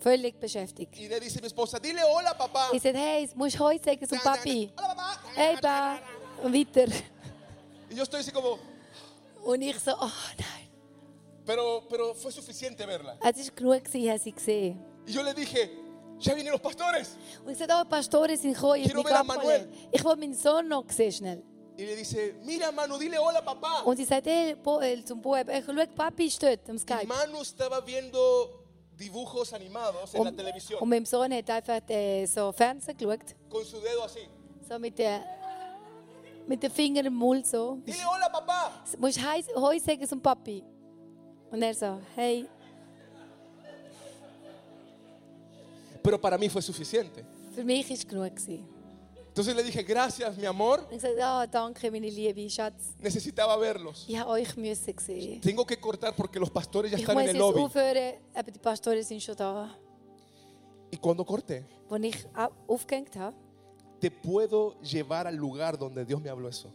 Völlig beschäftigt.
Y le dice mi esposa, dile hola papá.
Ich sagte, hey, jetzt musst du heute sagen zum Papi.
Hola papá.
Hey, Pa. Und weiter.
Y yo estoy así como,
Und ich so, oh nein.
pero, pero fue suficiente verla.
Es war genug, gewesen, ich habe sie gesehen.
Y yo le dije, ya vienen los pastores.
Und ich sagte, oh, die Pastoren sind gekommen, ich
Quiero
will
ver a Manuel.
Ich will meinen Sohn noch sehen, schnell.
Y le dice, mira Manu, dile hola papá.
Und sie sagt, hey, Bo, äh, zum Bub, hey, schau, Papi ist dort am Skype.
Manu estaba viendo dibujos animados en la
Und, und
televisión
mein Sohn hat einfach äh, so Fernsehen geschaut,
con su dedo así.
so mit den mit den Fingern im Mund so.
Dile hola papá.
Du musst Hei Hoi sagen zum Papi. Und er so, hey,
Pero para mí fue suficiente.
für mich ist genug gewesen.
Entonces le dije, gracias mi amor,
Und ich sagte, ah, danke, meine Liebe, Schatz,
necesitaba verlos.
ich habe euch müssen sehen.
Tengo que cortar porque los pastores ya
Ich
están
muss
en el
jetzt
lobby.
aufhören, aber die Pastoren sind schon da.
Y cuando corté,
Als ich au- aufgehängt habe,
te puedo llevar al lugar donde Dios me habló eso.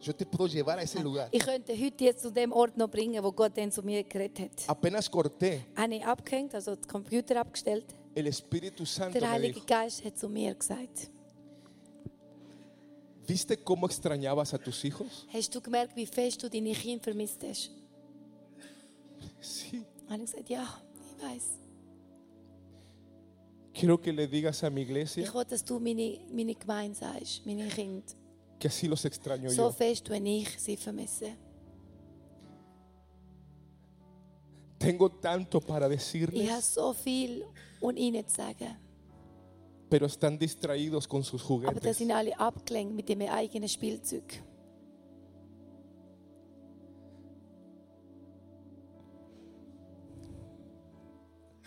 Yo te puedo llevar a
Ah,
ese lugar.
ich könnte heute jetzt zu dem Ort noch bringen, wo Gott dann zu mir geredet hat.
Apenas corté,
habe ich abgehängt, also den Computer abgestellt.
el Espíritu Santo
Der
me
Heilige
dijo,
Geist hat zu mir gesagt:
¿viste cómo extrañabas a tus hijos?
Hast du gemerkt, wie fest du deine Kinder vermisst hast?
Sí.
Und ich habe gesagt: Ja, ich weiß.
Quiero que le digas a mi
Ich
iglesia
will, dass du meine, meine Gemeinde sagst, meine Kinder.
que así los extraño
So
yo.
fest, wenn ich sie vermisse.
Tengo tanto para
Ich habe
decirles,
so viel und ihnen zu sagen.
pero están distraídos con sus
Aber da
juguetes.
sind alle abgelenkt mit ihrem eigenen Spielzeug.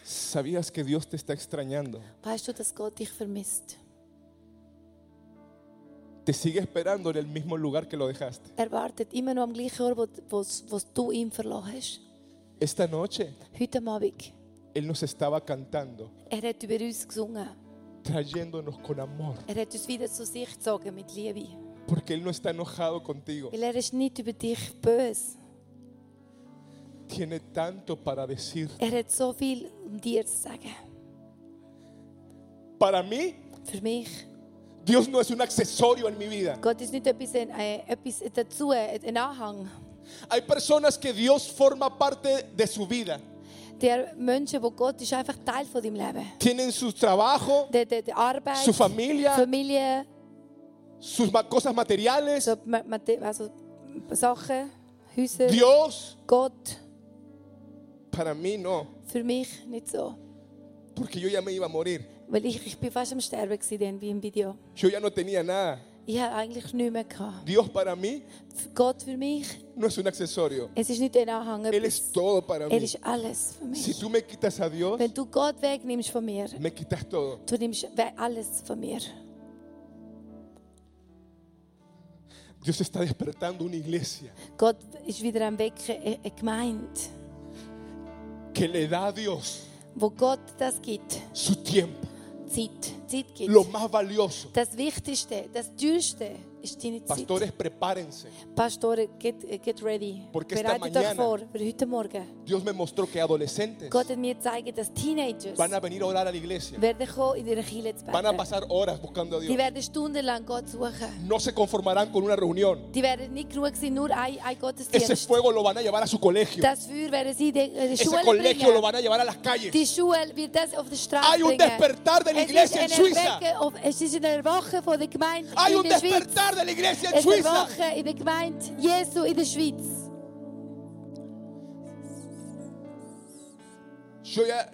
¿Sabías que Dios te está extrañando?
Weißt du, dass Gott dich vermisst?
Te sigue esperando en el mismo lugar que lo dejaste.
Er wartet immer noch am gleichen Ort, wo, wo, wo du ihn verloren hast.
Esta noche
Heute am Abend,
Él nos estaba cantando,
er hat über uns gesungen.
trayéndonos con amor,
Er hat uns wieder zu sich gezogen mit Liebe.
porque Él no está enojado contigo.
Weil er ist nicht über dich böse.
Tiene tanto para decir.
Er hat so viel, um dir zu sagen.
Para mí,
Für mich,
Dios no es un accesorio en mi vida.
Gott ist nicht etwas, äh, etwas dazu, ein Anhang.
Hay personas que Dios forma parte de su vida.
Der Menschen, wo Gott ist, einfach Teil von deinem Leben.
Tienen su trabajo,
Der, der, der Arbeit,
Su Familie.
Familie,
sus ma- cosas materiales.
so, ma- ma- also Sachen, Häuser,
Dios,
Gott.
para mí no,
Für mich nicht so.
porque yo ya me iba a morir.
Weil ich, ich bin fast am Sterben gewesen, dann, wie im Video.
Yo ya no tenía nada.
Ich habe eigentlich nichts mehr gehabt.
Dios para mí
Für Gott für mich,
no es un accesorio.
es ist nicht ein Anhang.
Él
etwas.
es todo para
Er
mí.
ist alles für
Si
mich.
tú me quitas a Dios,
Wenn du Gott wegnimmst von mir,
me quitas todo.
du nimmst we- alles von mir.
Dios está despertando una iglesia
Gott ist wieder am Wecken, äh, eine eine Gemeinde,
que le da a Dios
wo Gott das gibt.
su tiempo,
Zeit, Zeit gibt.
lo más valioso.
Das Wichtigste, das Teuerste ist deine Zeit.
Pastores, prepárense.
Pastoren, get, äh, get ready.
Porque esta
Bereitet euch
mañana-
vor für heute Morgen.
Dios me mostró que adolescentes
Gott hat mir gezeigt, dass Teenagers
van a venir a orar a la iglesia.
werden kommen, in ihre Kirche zu
Van a
beten.
pasar horas buscando a
Die
Dios.
werden stundenlang Gott suchen.
No se conformarán con una reunión.
Die werden nicht genug sein, nur ein, ein
Ese
Gottesdienst.
fuego lo van a llevar a su colegio.
Das Feuer werden sie in die- in die
Ese
Schule
colegio
bringen.
lo van a llevar a las calles.
Die Schule wird das auf die Straße
Hay un
bringen.
despertar de la
Es ist
iglesia en
eine
Suiza.
Erweckung auf- Es ist eine Erwachen von der Gemeinde
Hay
in
un
der Schweiz.
despertar de la iglesia en
Es ist eine
Suiza.
Erwachen in der Gemeinde Jesu in der Schweiz.
Yo ya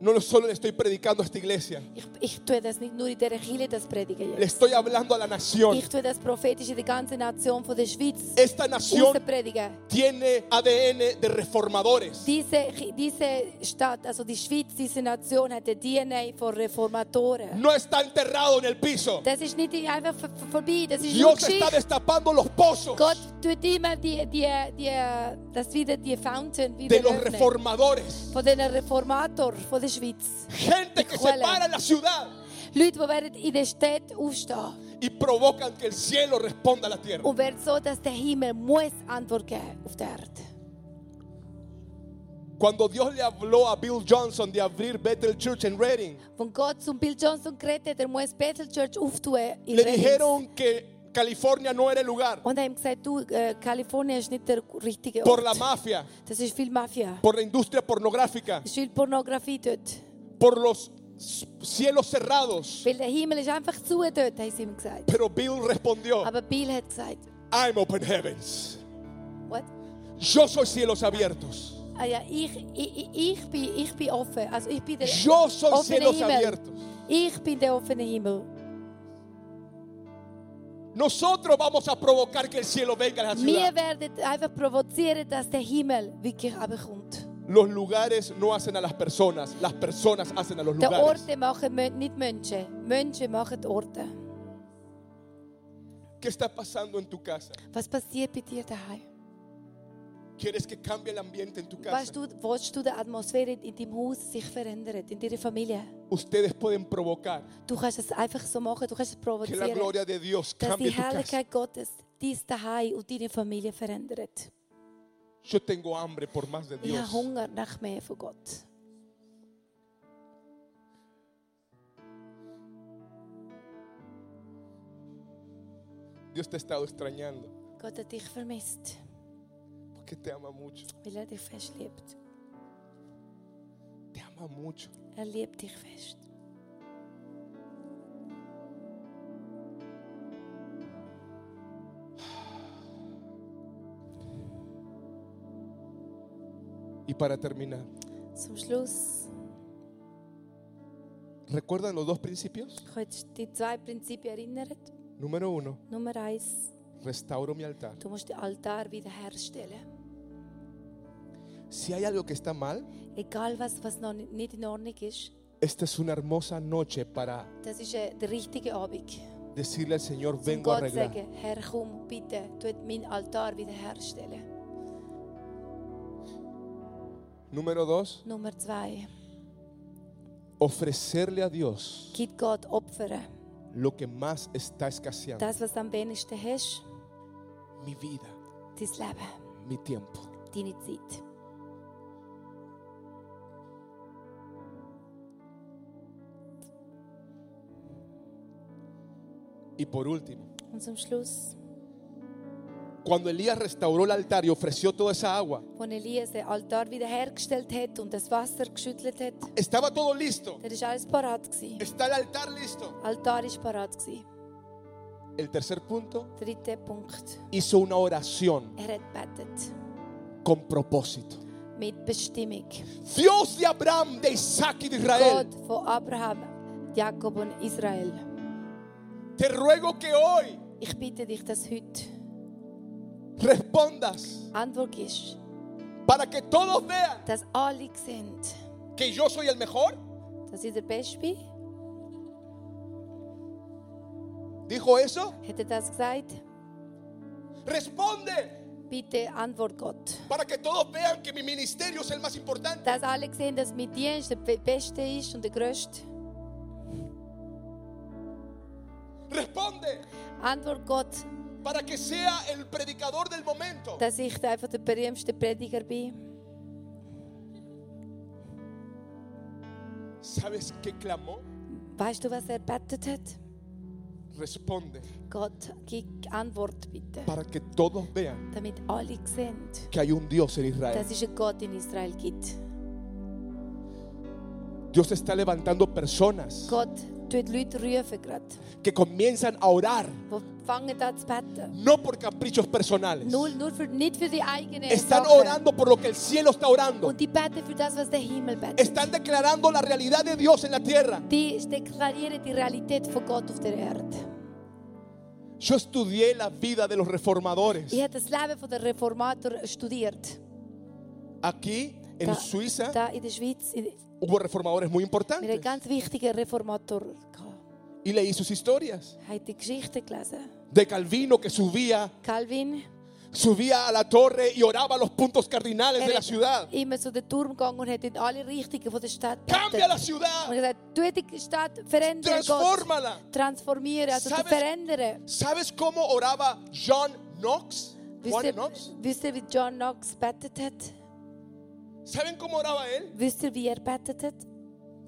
no solo le estoy predicando a esta iglesia,
Ich, ich tue das nicht nur in dieser Kirche, das predigen
le
jetzt.
estoy hablando a la nación.
Ich tue das prophetisch in der ganzen Nation von der Schweiz
Esta
raus
nación
predigen.
tiene ADN de reformadores.
Diese, diese Stadt, also die Schweiz, diese Nation hat den DNA von Reformatoren.
No está enterrado en el piso.
Das ist nicht einfach v- v- vorbei, das ist nur
Dios está
Geschichte.
destapando los pozos
Gott tut immer die, die, die, das wieder die Fountain wieder
de los
öffnen.
reformadores.
von den Reformator von der Schweiz.
Gente que se
Híjole.
para en la ciudad
Leute, die werden in der Stadt aufstehen
y provocan que el cielo responda a la tierra.
und werden so, dass der Himmel muss Antwort geben auf der Erde.
Cuando Dios le habló a Bill Johnson de abrir Bethel Church en Reading,
Wenn Gott zum Bill Johnson geredet hat, er muss Bethel Church auftun in
le
Reddings.
dijeron que California no era el lugar
Und er hat ihm gesagt, du, äh, Kalifornien ist nicht der richtige
por la
Ort.
mafia,
Das ist viel Mafia.
por la industria pornográfica,
Es ist viel Pornografie dort.
por los s- cielos cerrados.
Weil der Himmel ist einfach zu dort, haben sie ihm gesagt.
Pero Bill respondió,
Aber Bill hat gesagt,
I'm open heavens.
what?
Yo soy cielos abiertos.
Ah ja, ich, ich, ich- ich, bin, ich bin offen. Also ich bin der
Yo soy
offene
cielos
Himmel.
abiertos.
Ich bin der offene Himmel.
Nosotros vamos a provocar que el cielo venga a la ciudad.
Wir werden einfach provozieren, dass der Himmel wirklich runterkommt.
Los lugares no hacen a las personas, las personas hacen a los
Der
lugares.
Orte machen Mön- nicht Menschen. Menschen machen die Orte.
¿Qué está pasando en tu casa?
Was passiert bei dir daheim?
¿Quieres que cambie el ambiente en tu casa?
Weißt du, willst du die Atmosphäre in deinem Haus sich verändert, in deiner Familie?
Ustedes pueden provocar
Du kannst es einfach so machen, du kannst es
que la
provozieren,
gloria de Dios
dass die
cambie tu casa.
Herrlichkeit Gottes dies daheim und deine Familie verändert.
Yo tengo hambre por más de
Ich habe
Dios.
Hunger nach mehr von Gott.
Dios te ha estado extrañando
Gott hat dich vermisst,
porque te ama mucho.
weil er dich fest liebt.
Te ama mucho.
Er liebt dich fest.
Y para terminar,
Zum Schluss.
¿recuerdan los dos principios?
Könntest du die zwei Prinzipien erinnern?
Número uno,
Nummer eins,
restauro mi altar.
du musst den Altar wiederherstellen.
Si hay algo que está mal,
Egal was, was noch nicht- nicht in Ordnung ist,
esta es una hermosa noche para
das ist äh, der richtige Abend.
decirle al Señor,
Zum
vengo a
Gott
arreglar.
sagen, Herr, komm, bitte, tu meinen Altar wiederherstellen.
Número dos,
Nummer zwei.
ofrecerle a Dios
Gib Gott Opfer.
lo que más está escaseando.
Das, was du am wenigsten hast,
Mi vida,
dein Leben,
mi tiempo.
deine Zeit.
Y por último,
Und zum Schluss,
cuando Elías restauró el altar y ofreció toda esa agua,
als Elias den Altar wiederhergestellt hat und das Wasser geschüttelt hat,
estaba todo listo.
da war alles parat. gewesen.
Está el altar listo.
Altar war parat. gewesen.
El tercer punto,
Dritter Punkt.
hizo una oración
Er hat gebetet.
con propósito.
Mit Bestimmung.
Dios de Abraham, de Isaac y de Israel,
Gott von Abraham, Jakob und Israel.
te ruego que hoy
Ich bitte dich, dass heute
respondas
Antwort gibst,
para que todos vean
dass alle sehen,
que yo soy el mejor.
dass ich der Beste bin.
¿Dijo eso?
Hat er das gesagt?
Responde
Bitte Antwort Gott.
para que todos vean que mi ministerio es el más importante.
Dass alle sehen, dass mein Dienst der Be- Beste ist und der Größte.
Responde
Antwort Gott,
para que sea el predicador del momento.
dass ich einfach der berühmste Prediger bin.
¿Sabes qué clamó?
Weißt du, was er betet hat?
Responde
Gott, gib Antwort bitte.
para que todos vean
Damit alle sehen,
que hay un Dios en Israel.
dass es einen Gott in Israel gibt.
Dios está levantando personas
Gott tut Leute rufen gerade.
que comienzan a orar,
Die fangen an zu beten.
no por caprichos personales.
Nur, nur für, nicht für die eigenen
Están
Sachen.
orando por lo que el cielo está orando.
Und die beten für das, was der Himmel betet.
Están declarando la realidad de Dios en la tierra.
Die deklarieren die Realität von Gott auf der Erde.
Yo estudié la vida de los reformadores
Ich habe das Leben von der Reformator studiert.
aquí en Suiza.
Da in der Schweiz. In,
Hubo reformadores muy
mit einem
importantes
ganz wichtigen Reformator. gehabt.
y leí sus historias.
Hat die Geschichte gelesen.
De Calvino que subía,
Calvin.
subía a la torre y oraba a los puntos cardinales
Eh,
de la ciudad.
immer zu den Turm gegangen und hat in alle Richtungen von der Stadt
Cambia la
Und
ciudad.
er hat gesagt, tu die Stadt verändern, Gott.
Transfórmala.
Transformieren, also
Sabes-
verändern.
¿Sabes cómo oraba John Knox?
Wisst
Juan
ihr,
Knox.
wisst ihr, wie John Knox betet hat?
¿Saben cómo oraba él?
Wisst ihr, wie er betet hat?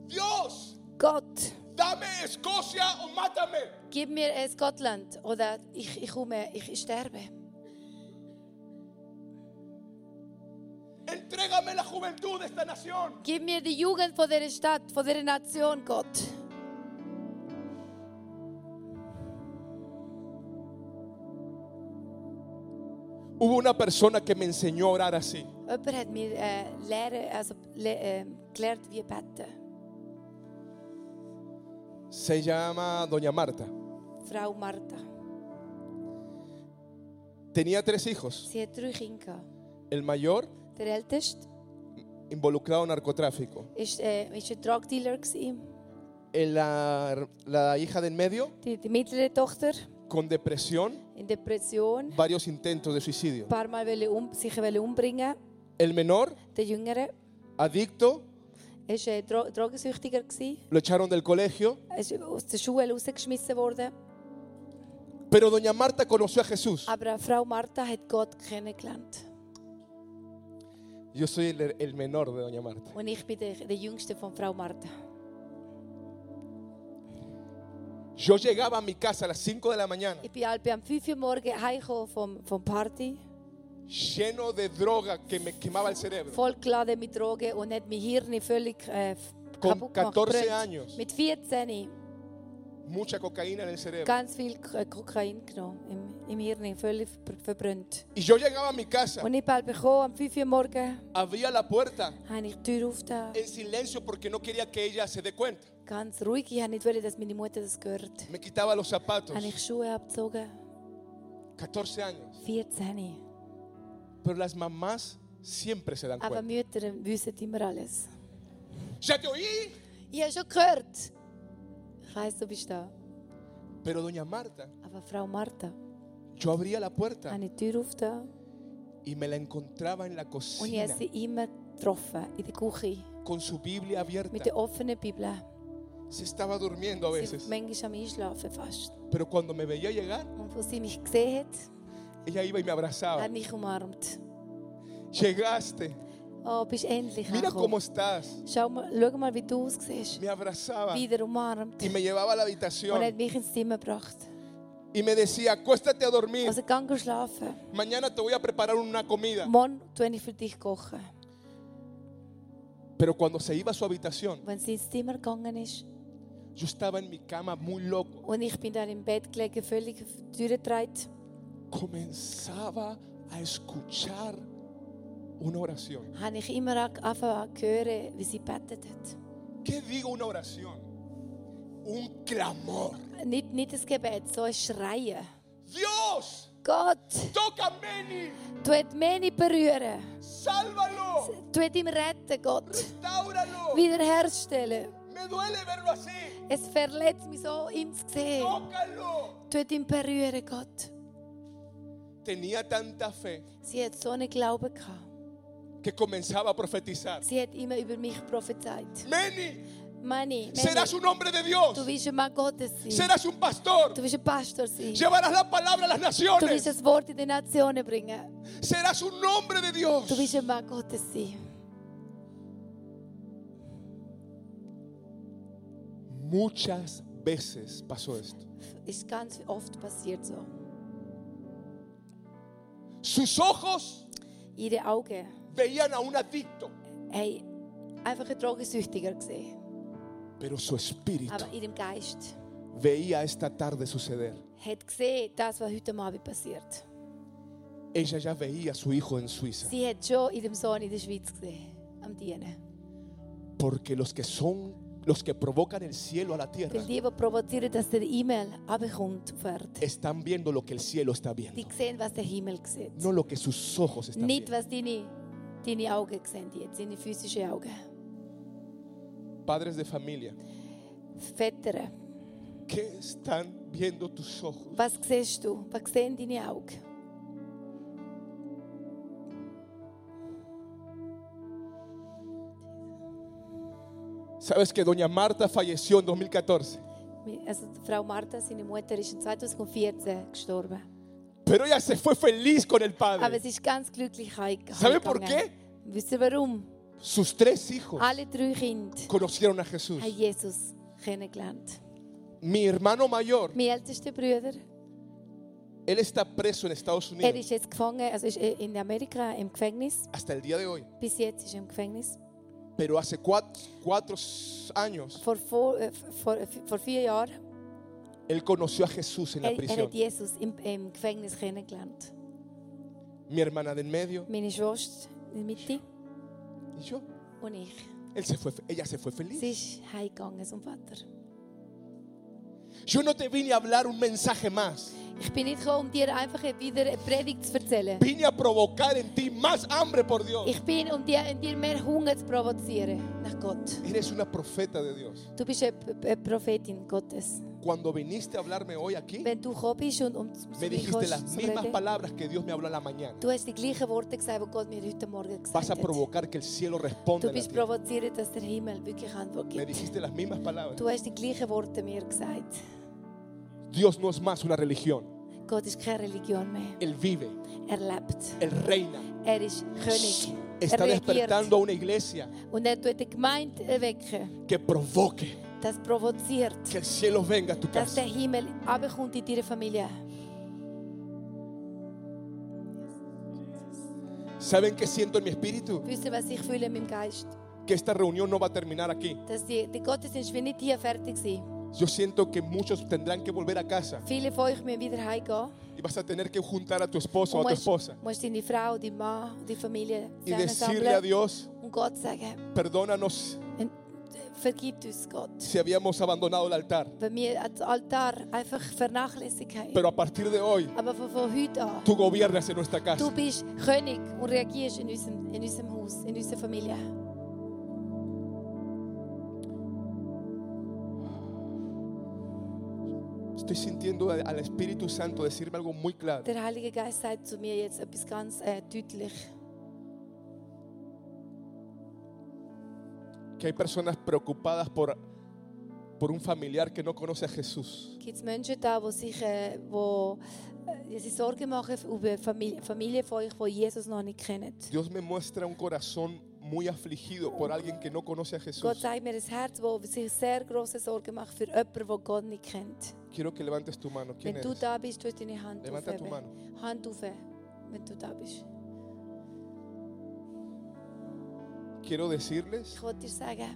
Dios,
Gott,
dame Escocia o mátame.
gib mir ein Scotland oder ich, ich komme, ich sterbe.
Entrégame la juventud de esta nación.
Gib mir die Jugend von dieser Stadt, von dieser Nation, Gott.
Hubo una persona que me enseñó a orar así.
Jemand hat mir äh, Lehre, also, le, äh, gelernt, wie beten.
Se llama Doña Marta.
Frau Martha.
Tenía tres hijos.
Sie hat drei Kinder. gehabt.
El mayor
Der Älteste
involucrado en narcotráfico.
ist, äh, ist ein Drugdealer. gewesen.
El- La, la hija del medio
Die, die mittlere Tochter
con depresión,
in Depression.
varios intentos de suicidio.
Ein paar Mal wollte um, sich wollte umbringen.
El menor,
Der Jüngere
adicto,
war ein Dro Drogensüchtiger. gewesen.
lo echaron del colegio.
Er ist aus der Schule rausgeschmissen worden.
Pero Doña Marta conoció a Jesús.
Aber Frau Martha hat Gott kennengelernt.
Yo soy el, el menor de Doña Marta.
Und ich bin der, der Jüngste von Frau Martha.
Yo llegaba a mi casa a las 5 de la mañana
Ich bin halb am 5 Uhr morgens heimgekommen vom, vom Party.
lleno de droga que me quemaba el cerebro.
Vollgeladen mit Drogen und hat mein Hirn völlig äh,
Con
kaputt gemacht.
14
brennt.
años.
Mit 14
Mucha cocaína en el cerebro.
ganz viel K- äh, Kokain genommen. Im, im Hirn völlig ver- verbrannt.
Y yo llegaba a mi casa,
Und ich bin halt bekommen, am 5 Uhr morgens
abría la puerta
habe ich die Tür aufgetan.
en silencio porque no quería que ella se dé cuenta.
Ganz ruhig, ich habe nicht wollen, dass meine Mutter das hört.
Me quitaba los zapatos,
Habe ich Schuhe abgezogen.
14 años.
14.
Pero las mamás siempre se dan
Aber
cuenta.
Mütter wissen immer alles.
Ya te oí.
Ich habe schon gehört. Ich weiss, du bist da.
Pero doña Marta,
Aber Frau Martha,
yo abría la puerta
habe ich die Tür aufgetan
y me la encontraba en la
und ich
cocina
habe sie immer getroffen in der Küche
con su Biblia abierta.
mit der offenen Bibel.
Se estaba durmiendo a
Sie
veces.
war manchmal am Einschlafen fast.
Pero cuando me veía llegar,
Und als sie mich gesehen
ella iba y me
hat,
abrazaba.
hat mich umarmt.
Llegaste.
Oh, bist endlich
Mira
angekommen.
cómo estás.
Schau mal, schau mal, wie du aussiehst.
Me abrazaba y
Wieder umarmt.
me llevaba a la
Und hat
habitación
mich ins Zimmer gebracht.
y me decía, acuéstate a dormir.
Also, geh schlafen.
Mañana te voy a preparar una comida.
Morgen tue ich für dich kochen.
Pero cuando se iba a su habitación,
Wenn sie ins Zimmer gegangen ist
yo estaba en mi cama muy loco.
und ich bin dann im Bett gelegen, völlig durchgedreht,
Comenzaba a escuchar una oración.
habe ich immer an- angefangen zu hören, wie sie betet hat.
¿Qué digo una oración? Un clamor.
Nicht, nicht ein Gebet, so ein Schreien.
Dios,
Gott,
toca a Manny,
du hast mich berühren.
sálvalo,
Du hast ihn retten, Gott.
restauralo.
Wiederherstellen.
Me duele verlo así.
Es verletzt mich so, ihn zu sehen.
Tócalo.
Du hast ihn berühren, Gott.
Tenía tanta fe
Sie hat so einen Glauben gehabt.
que comenzaba a profetizar.
Sie hat immer über mich prophezeit.
Manny,
Manni,
serás
Manni,
un hombre de
du
Dios.
wirst ein Mann Gottes sein.
Serás un pastor.
Du wirst ein Pastor sein.
Llevarás la palabra a las
Du wirst
naciones.
das Wort in die Nationen bringen.
Serás un hombre de
Du
Dios.
wirst ein Mann Gottes sein.
Muchas veces pasó esto.
Ist ganz oft passiert so.
Sus ojos
Ihre Augen
veían a un adicto,
haben einfach einen Drogensüchtiger gesehen.
pero su espíritu
Aber in ihrem Geist
veía esta tarde suceder.
hat gesehen, das, was heute Abend passiert.
Ella ya veía a su hijo en Suiza,
Sie hat schon ihrem Sohn in der Schweiz gesehen, am Dienen.
porque los que son los que provocan el cielo a la
Weil
tierra
die, die provozieren, dass der E-Mail runterkommt, fährt,
están viendo lo que el cielo está viendo,
die sehen, was der Himmel sieht.
no lo que sus ojos están
Nicht,
viendo.
was deine, deine Augen sehen jetzt, deine physischen Augen.
Padres de familia,
Väter,
¿qué están viendo tus ojos?
was siehst du? Was sehen deine Augen?
Sabes que doña Marta falleció en 2014,
Also die Frau Martha, seine Mutter, ist in 2014 gestorben.
pero ella se fue feliz con el
Aber
padre.
sie ist ganz glücklich heimgegangen.
Sabe por qué?
Wisst ihr warum?
Sus tres hijos
Alle drei Kinder
conocieron a Jesús.
haben Jesus kennengelernt.
Mi hermano mayor,
Mein ältester Bruder,
él está preso en Estados
er
Unidos
ist jetzt gefangen, also ist in Amerika im Gefängnis.
hasta el día de hoy,
Bis jetzt ist er im Gefängnis.
pero hace cuat- cuatro, s- años
Vor, vor, äh, vor, vor vier Jahren
él conoció a Jesús en la
er, er
prisión.
hat Jesus im, im Gefängnis kennengelernt.
Mi hermana del medio
Meine Schwester in der Mitte
y yo.
und ich.
Él se fue, ella se fue
Sie
feliz.
ist heimgegangen zum Vater.
Yo no te vine a hablar un mensaje más.
Ich bin nicht gekommen, um dir einfach wieder eine Predigt zu erzählen.
Vine a provocar en ti más hambre por Dios.
Ich bin, um dir, in dir mehr Hunger zu provozieren nach Gott.
Eres una profeta de Dios.
Du bist eine, P- eine Prophetin Gottes.
Cuando viniste a hablarme hoy aquí,
Wenn du gekommen bist und um zu
me
mir
dijiste
kommst,
las
zum
mismas
Reden,
palabras que Dios me habló a la mañana.
du hast die gleichen Worte gesagt, die Gott mir heute Morgen gesagt
Vas a
hat.
provocar que el cielo responda.
Du
en la
bist
tierra.
provoziert, dass der Himmel wirklich Antwort
Me
gibt.
dijiste las mismas palabras.
Du hast die gleichen Worte mir gesagt.
Dios no es más una religión.
Gott ist keine Religion mehr.
Él vive,
Er lebt.
Él reina.
Er ist König.
Está
er regiert.
despertando a una iglesia
Und er tut die Gemeinde erwecken.
que provoque
Das provoziert.
que el cielo venga a tu
dass der
casa.
Himmel abkommt in deiner Familie.
¿Saben qué siento en mi espíritu?
Wisst ihr, was ich fühle in meinem Geist?
Que esta reunión no va a terminar aquí.
Dass die, die Gottesdienst wird nicht hier fertig sein.
Yo siento que muchos tendrán que volver a casa
Viele von euch müssen wieder heimgehen.
y vas a tener que juntar a tu esposo o a tu
musst,
esposa
musst deine Frau, deine Mann und die Familie
y decirle a
zusammensammeln
Dios,
und Gott sagen,
perdónanos
"Ent- vergib uns Gott.
si habíamos abandonado el altar,
Wenn wir als Altar einfach vernachlässigt haben.
pero a partir de hoy
Aber von, von heute an,
tú gobiernas en nuestra
du
casa.
bist König und regierst in unserem, in unserem Haus, in unserer Familie.
Estoy sintiendo al al Espíritu Santo decirme algo muy claro.
Der Heilige Geist sagt zu mir jetzt etwas ganz äh, deutlich.
que hay personas preocupadas por, por un familiar que no conoce a Jesús.
Gibt es Menschen da, die sich äh, wo, äh, die sich Sorgen machen über Familie, Familie von euch, die Jesus noch nicht kennen?
Dios me muestra un corazón muy afligido por alguien que no conoce a
Gott
Jesús.
zeigt mir ein Herz, das sich sehr große Sorgen macht für jemanden, der Gott nicht kennt.
Quiero que levantes tu mano. ¿Quién
Wenn du
eres?
da bist, tu deine Hand
Levanta
auf.
tu mano.
Hand auf, wenn du da bist.
Quiero decirles
Ich wollte dir sagen,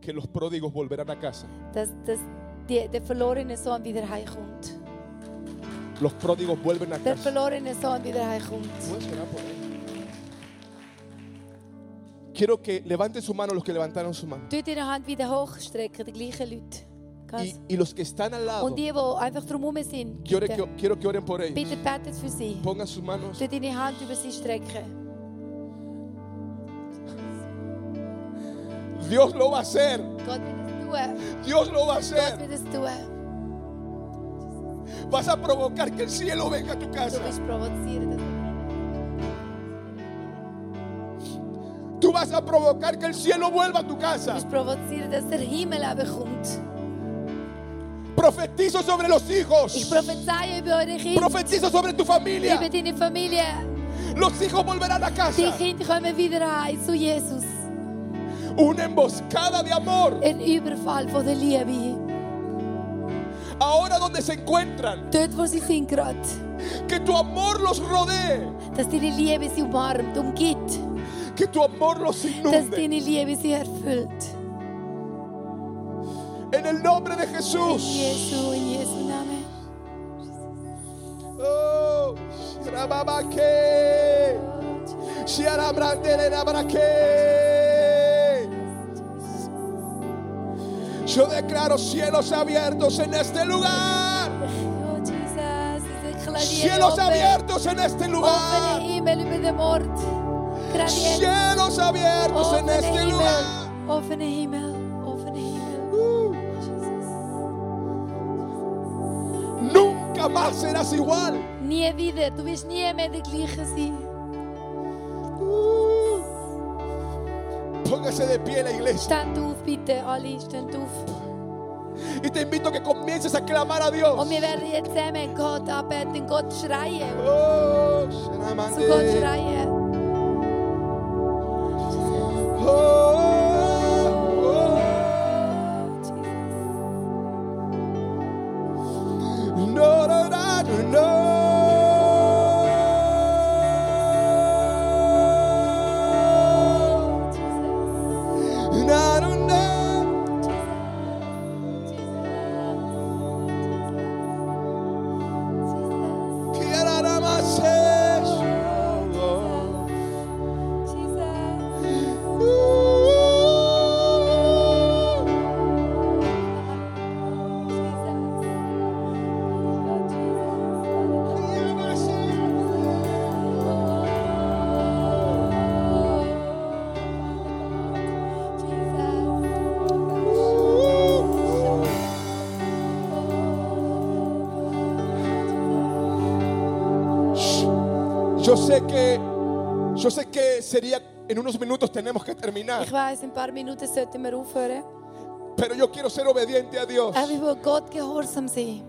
que los pródigos volverán a casa.
dass, dass die, der verlorene Sohn wieder heimkommt.
Los pródigos vuelven a
Der
casa.
verlorene Sohn wieder heimkommt.
¿Puedes orar por él? Quiero que levanten su mano los que levantaron su mano.
Tu deine Hand wieder hochstrecken, die gleichen Leute. Ganz.
Y, y los que están al lado,
Und die, die einfach drumherum sind,
quiero
bitte,
que, quiero que oren por ellos.
bitte betet für sie.
Pongan sus manos.
Tu deine Hand über sie strecken.
Dios lo va a hacer.
Gott wird es tun.
Dios lo va a
Gott
hacer.
wird es tun.
Vas a provocar que el cielo venga a tu
Du
casa.
bist provoziert.
Tú vas a provocar que el cielo vuelva a tu
Du
casa.
bist provoziert, dass der Himmel kommt.
Profetizo sobre los
Ich
hijos.
prophezeie über eure Kinder,
Profetizo sobre tu familia.
über deine Familie.
Los hijos volverán a
Die
casa.
Kinder kommen wieder heim zu Jesus.
Una emboscada de amor.
Ein Überfall von der Liebe.
Ahora donde se encuentran.
Dort, wo sie sind gerade.
Que tu amor los rodee.
Dass deine Liebe sie umarmt, umgibt.
Que tu amor los
Dass
inunde.
deine Liebe sie erfüllt.
En el nombre de
In
Jesús.
Jesu, in Jesu Namen.
Oh, Rababake. Shiarabrandere Rabrake. Yo declaro cielos abiertos en este lugar.
Oh, Jesus, ich erkläre dir
Cielos
offen-
abiertos en este
Offene
lugar.
Himmel über dem Ort. Gerade jetzt.
Cielos abiertos en
Offene
este
Himmel.
lugar.
Offene Himmel. Offene Himmel.
Uh, Nunca más serás igual.
Nie wieder. Du wirst nie mehr der gleiche sein.
Uh. Póngase de pie la iglesia.
Stand auf, bitte, alle, stand auf.
Y te invito a que comiences a clamar a Dios.
Und wir werden jetzt zusammen Gott anbeten, Gott schreien.
Oh,
Zu Gott
Sharamande.
schreien.
Oh, oh. No, no, no, no, no. Na, no, no. Kiararamase. Oh, oh. Uh, Yo sé que yo sé que sería en unos minutos tenemos que terminar,
Ich weiß, in ein paar Minuten sollten wir aufhören.
pero yo quiero ser obediente a Dios.
Aber ich will Gott gehorsam sein.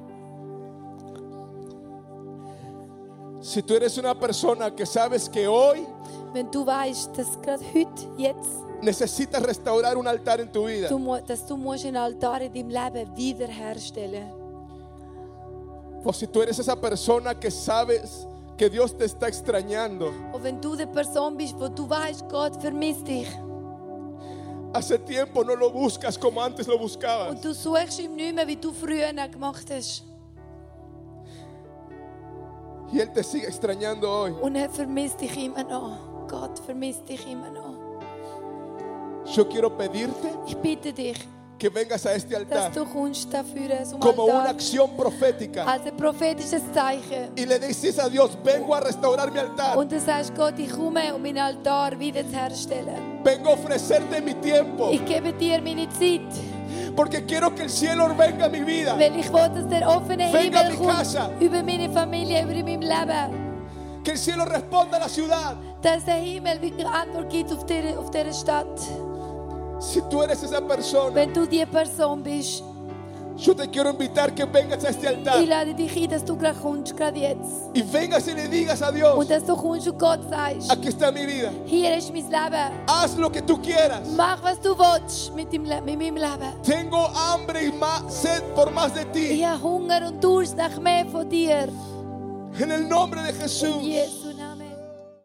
Si tú eres una persona que sabes que hoy
Wenn du weißt, dass gerade heute, jetzt,
necesitas restaurar un altar en tu vida,
du, mu- dass du musst einen Altar in deinem Leben wiederherstellen musst.
o si tú eres esa persona que sabes que Dios te está extrañando,
Und wenn du die Person bist, wo du weißt, Gott vermisst dich
hace tiempo no lo buscas como antes lo buscabas,
und du suchst ihm nicht mehr, wie du früher gemacht hast.
y Él te sigue extrañando hoy,
Und er vermisst dich immer noch. Gott vermisst dich immer noch.
yo quiero pedirte
Ich bitte dich,
que vengas a este altar
dass du kommst dafür zum
como una
Altar.
acción profética
Als ein prophetisches Zeichen.
y le dices a Dios, vengo a restaurar mi altar,
Und du sagst, Gott, ich komme, um meinen Altar wiederzuherstellen.
vengo a ofrecerte mi tiempo,
Ich gebe dir meine Zeit.
porque quiero que el cielo venga a mi vida.
Weil ich will, dass der offene
Venga a
Himmel
mi casa.
kommt über meine Familie, über mein Leben.
Que el cielo responda a la ciudad.
Dass der Himmel wirklich Antwort gibt auf diese auf diese Stadt.
Si tú eres esa persona,
Wenn du die Person bist,
yo te quiero invitar que vengas a este
ich
altar
lade dich ein, dass du gerade kommst, gerade jetzt.
y vengas y le digas a Dios,
Und dass du kommst und Gott sagst,
aquí está mi vida.
hier ist mein Leben.
Haz lo que tú quieras.
Mach, was du willst mit, dem Le mit meinem Leben.
Tengo hambre y ma- sed por más de ti.
Ich habe Hunger und Durst nach mehr von dir.
En el nombre de Jesús.
Yes.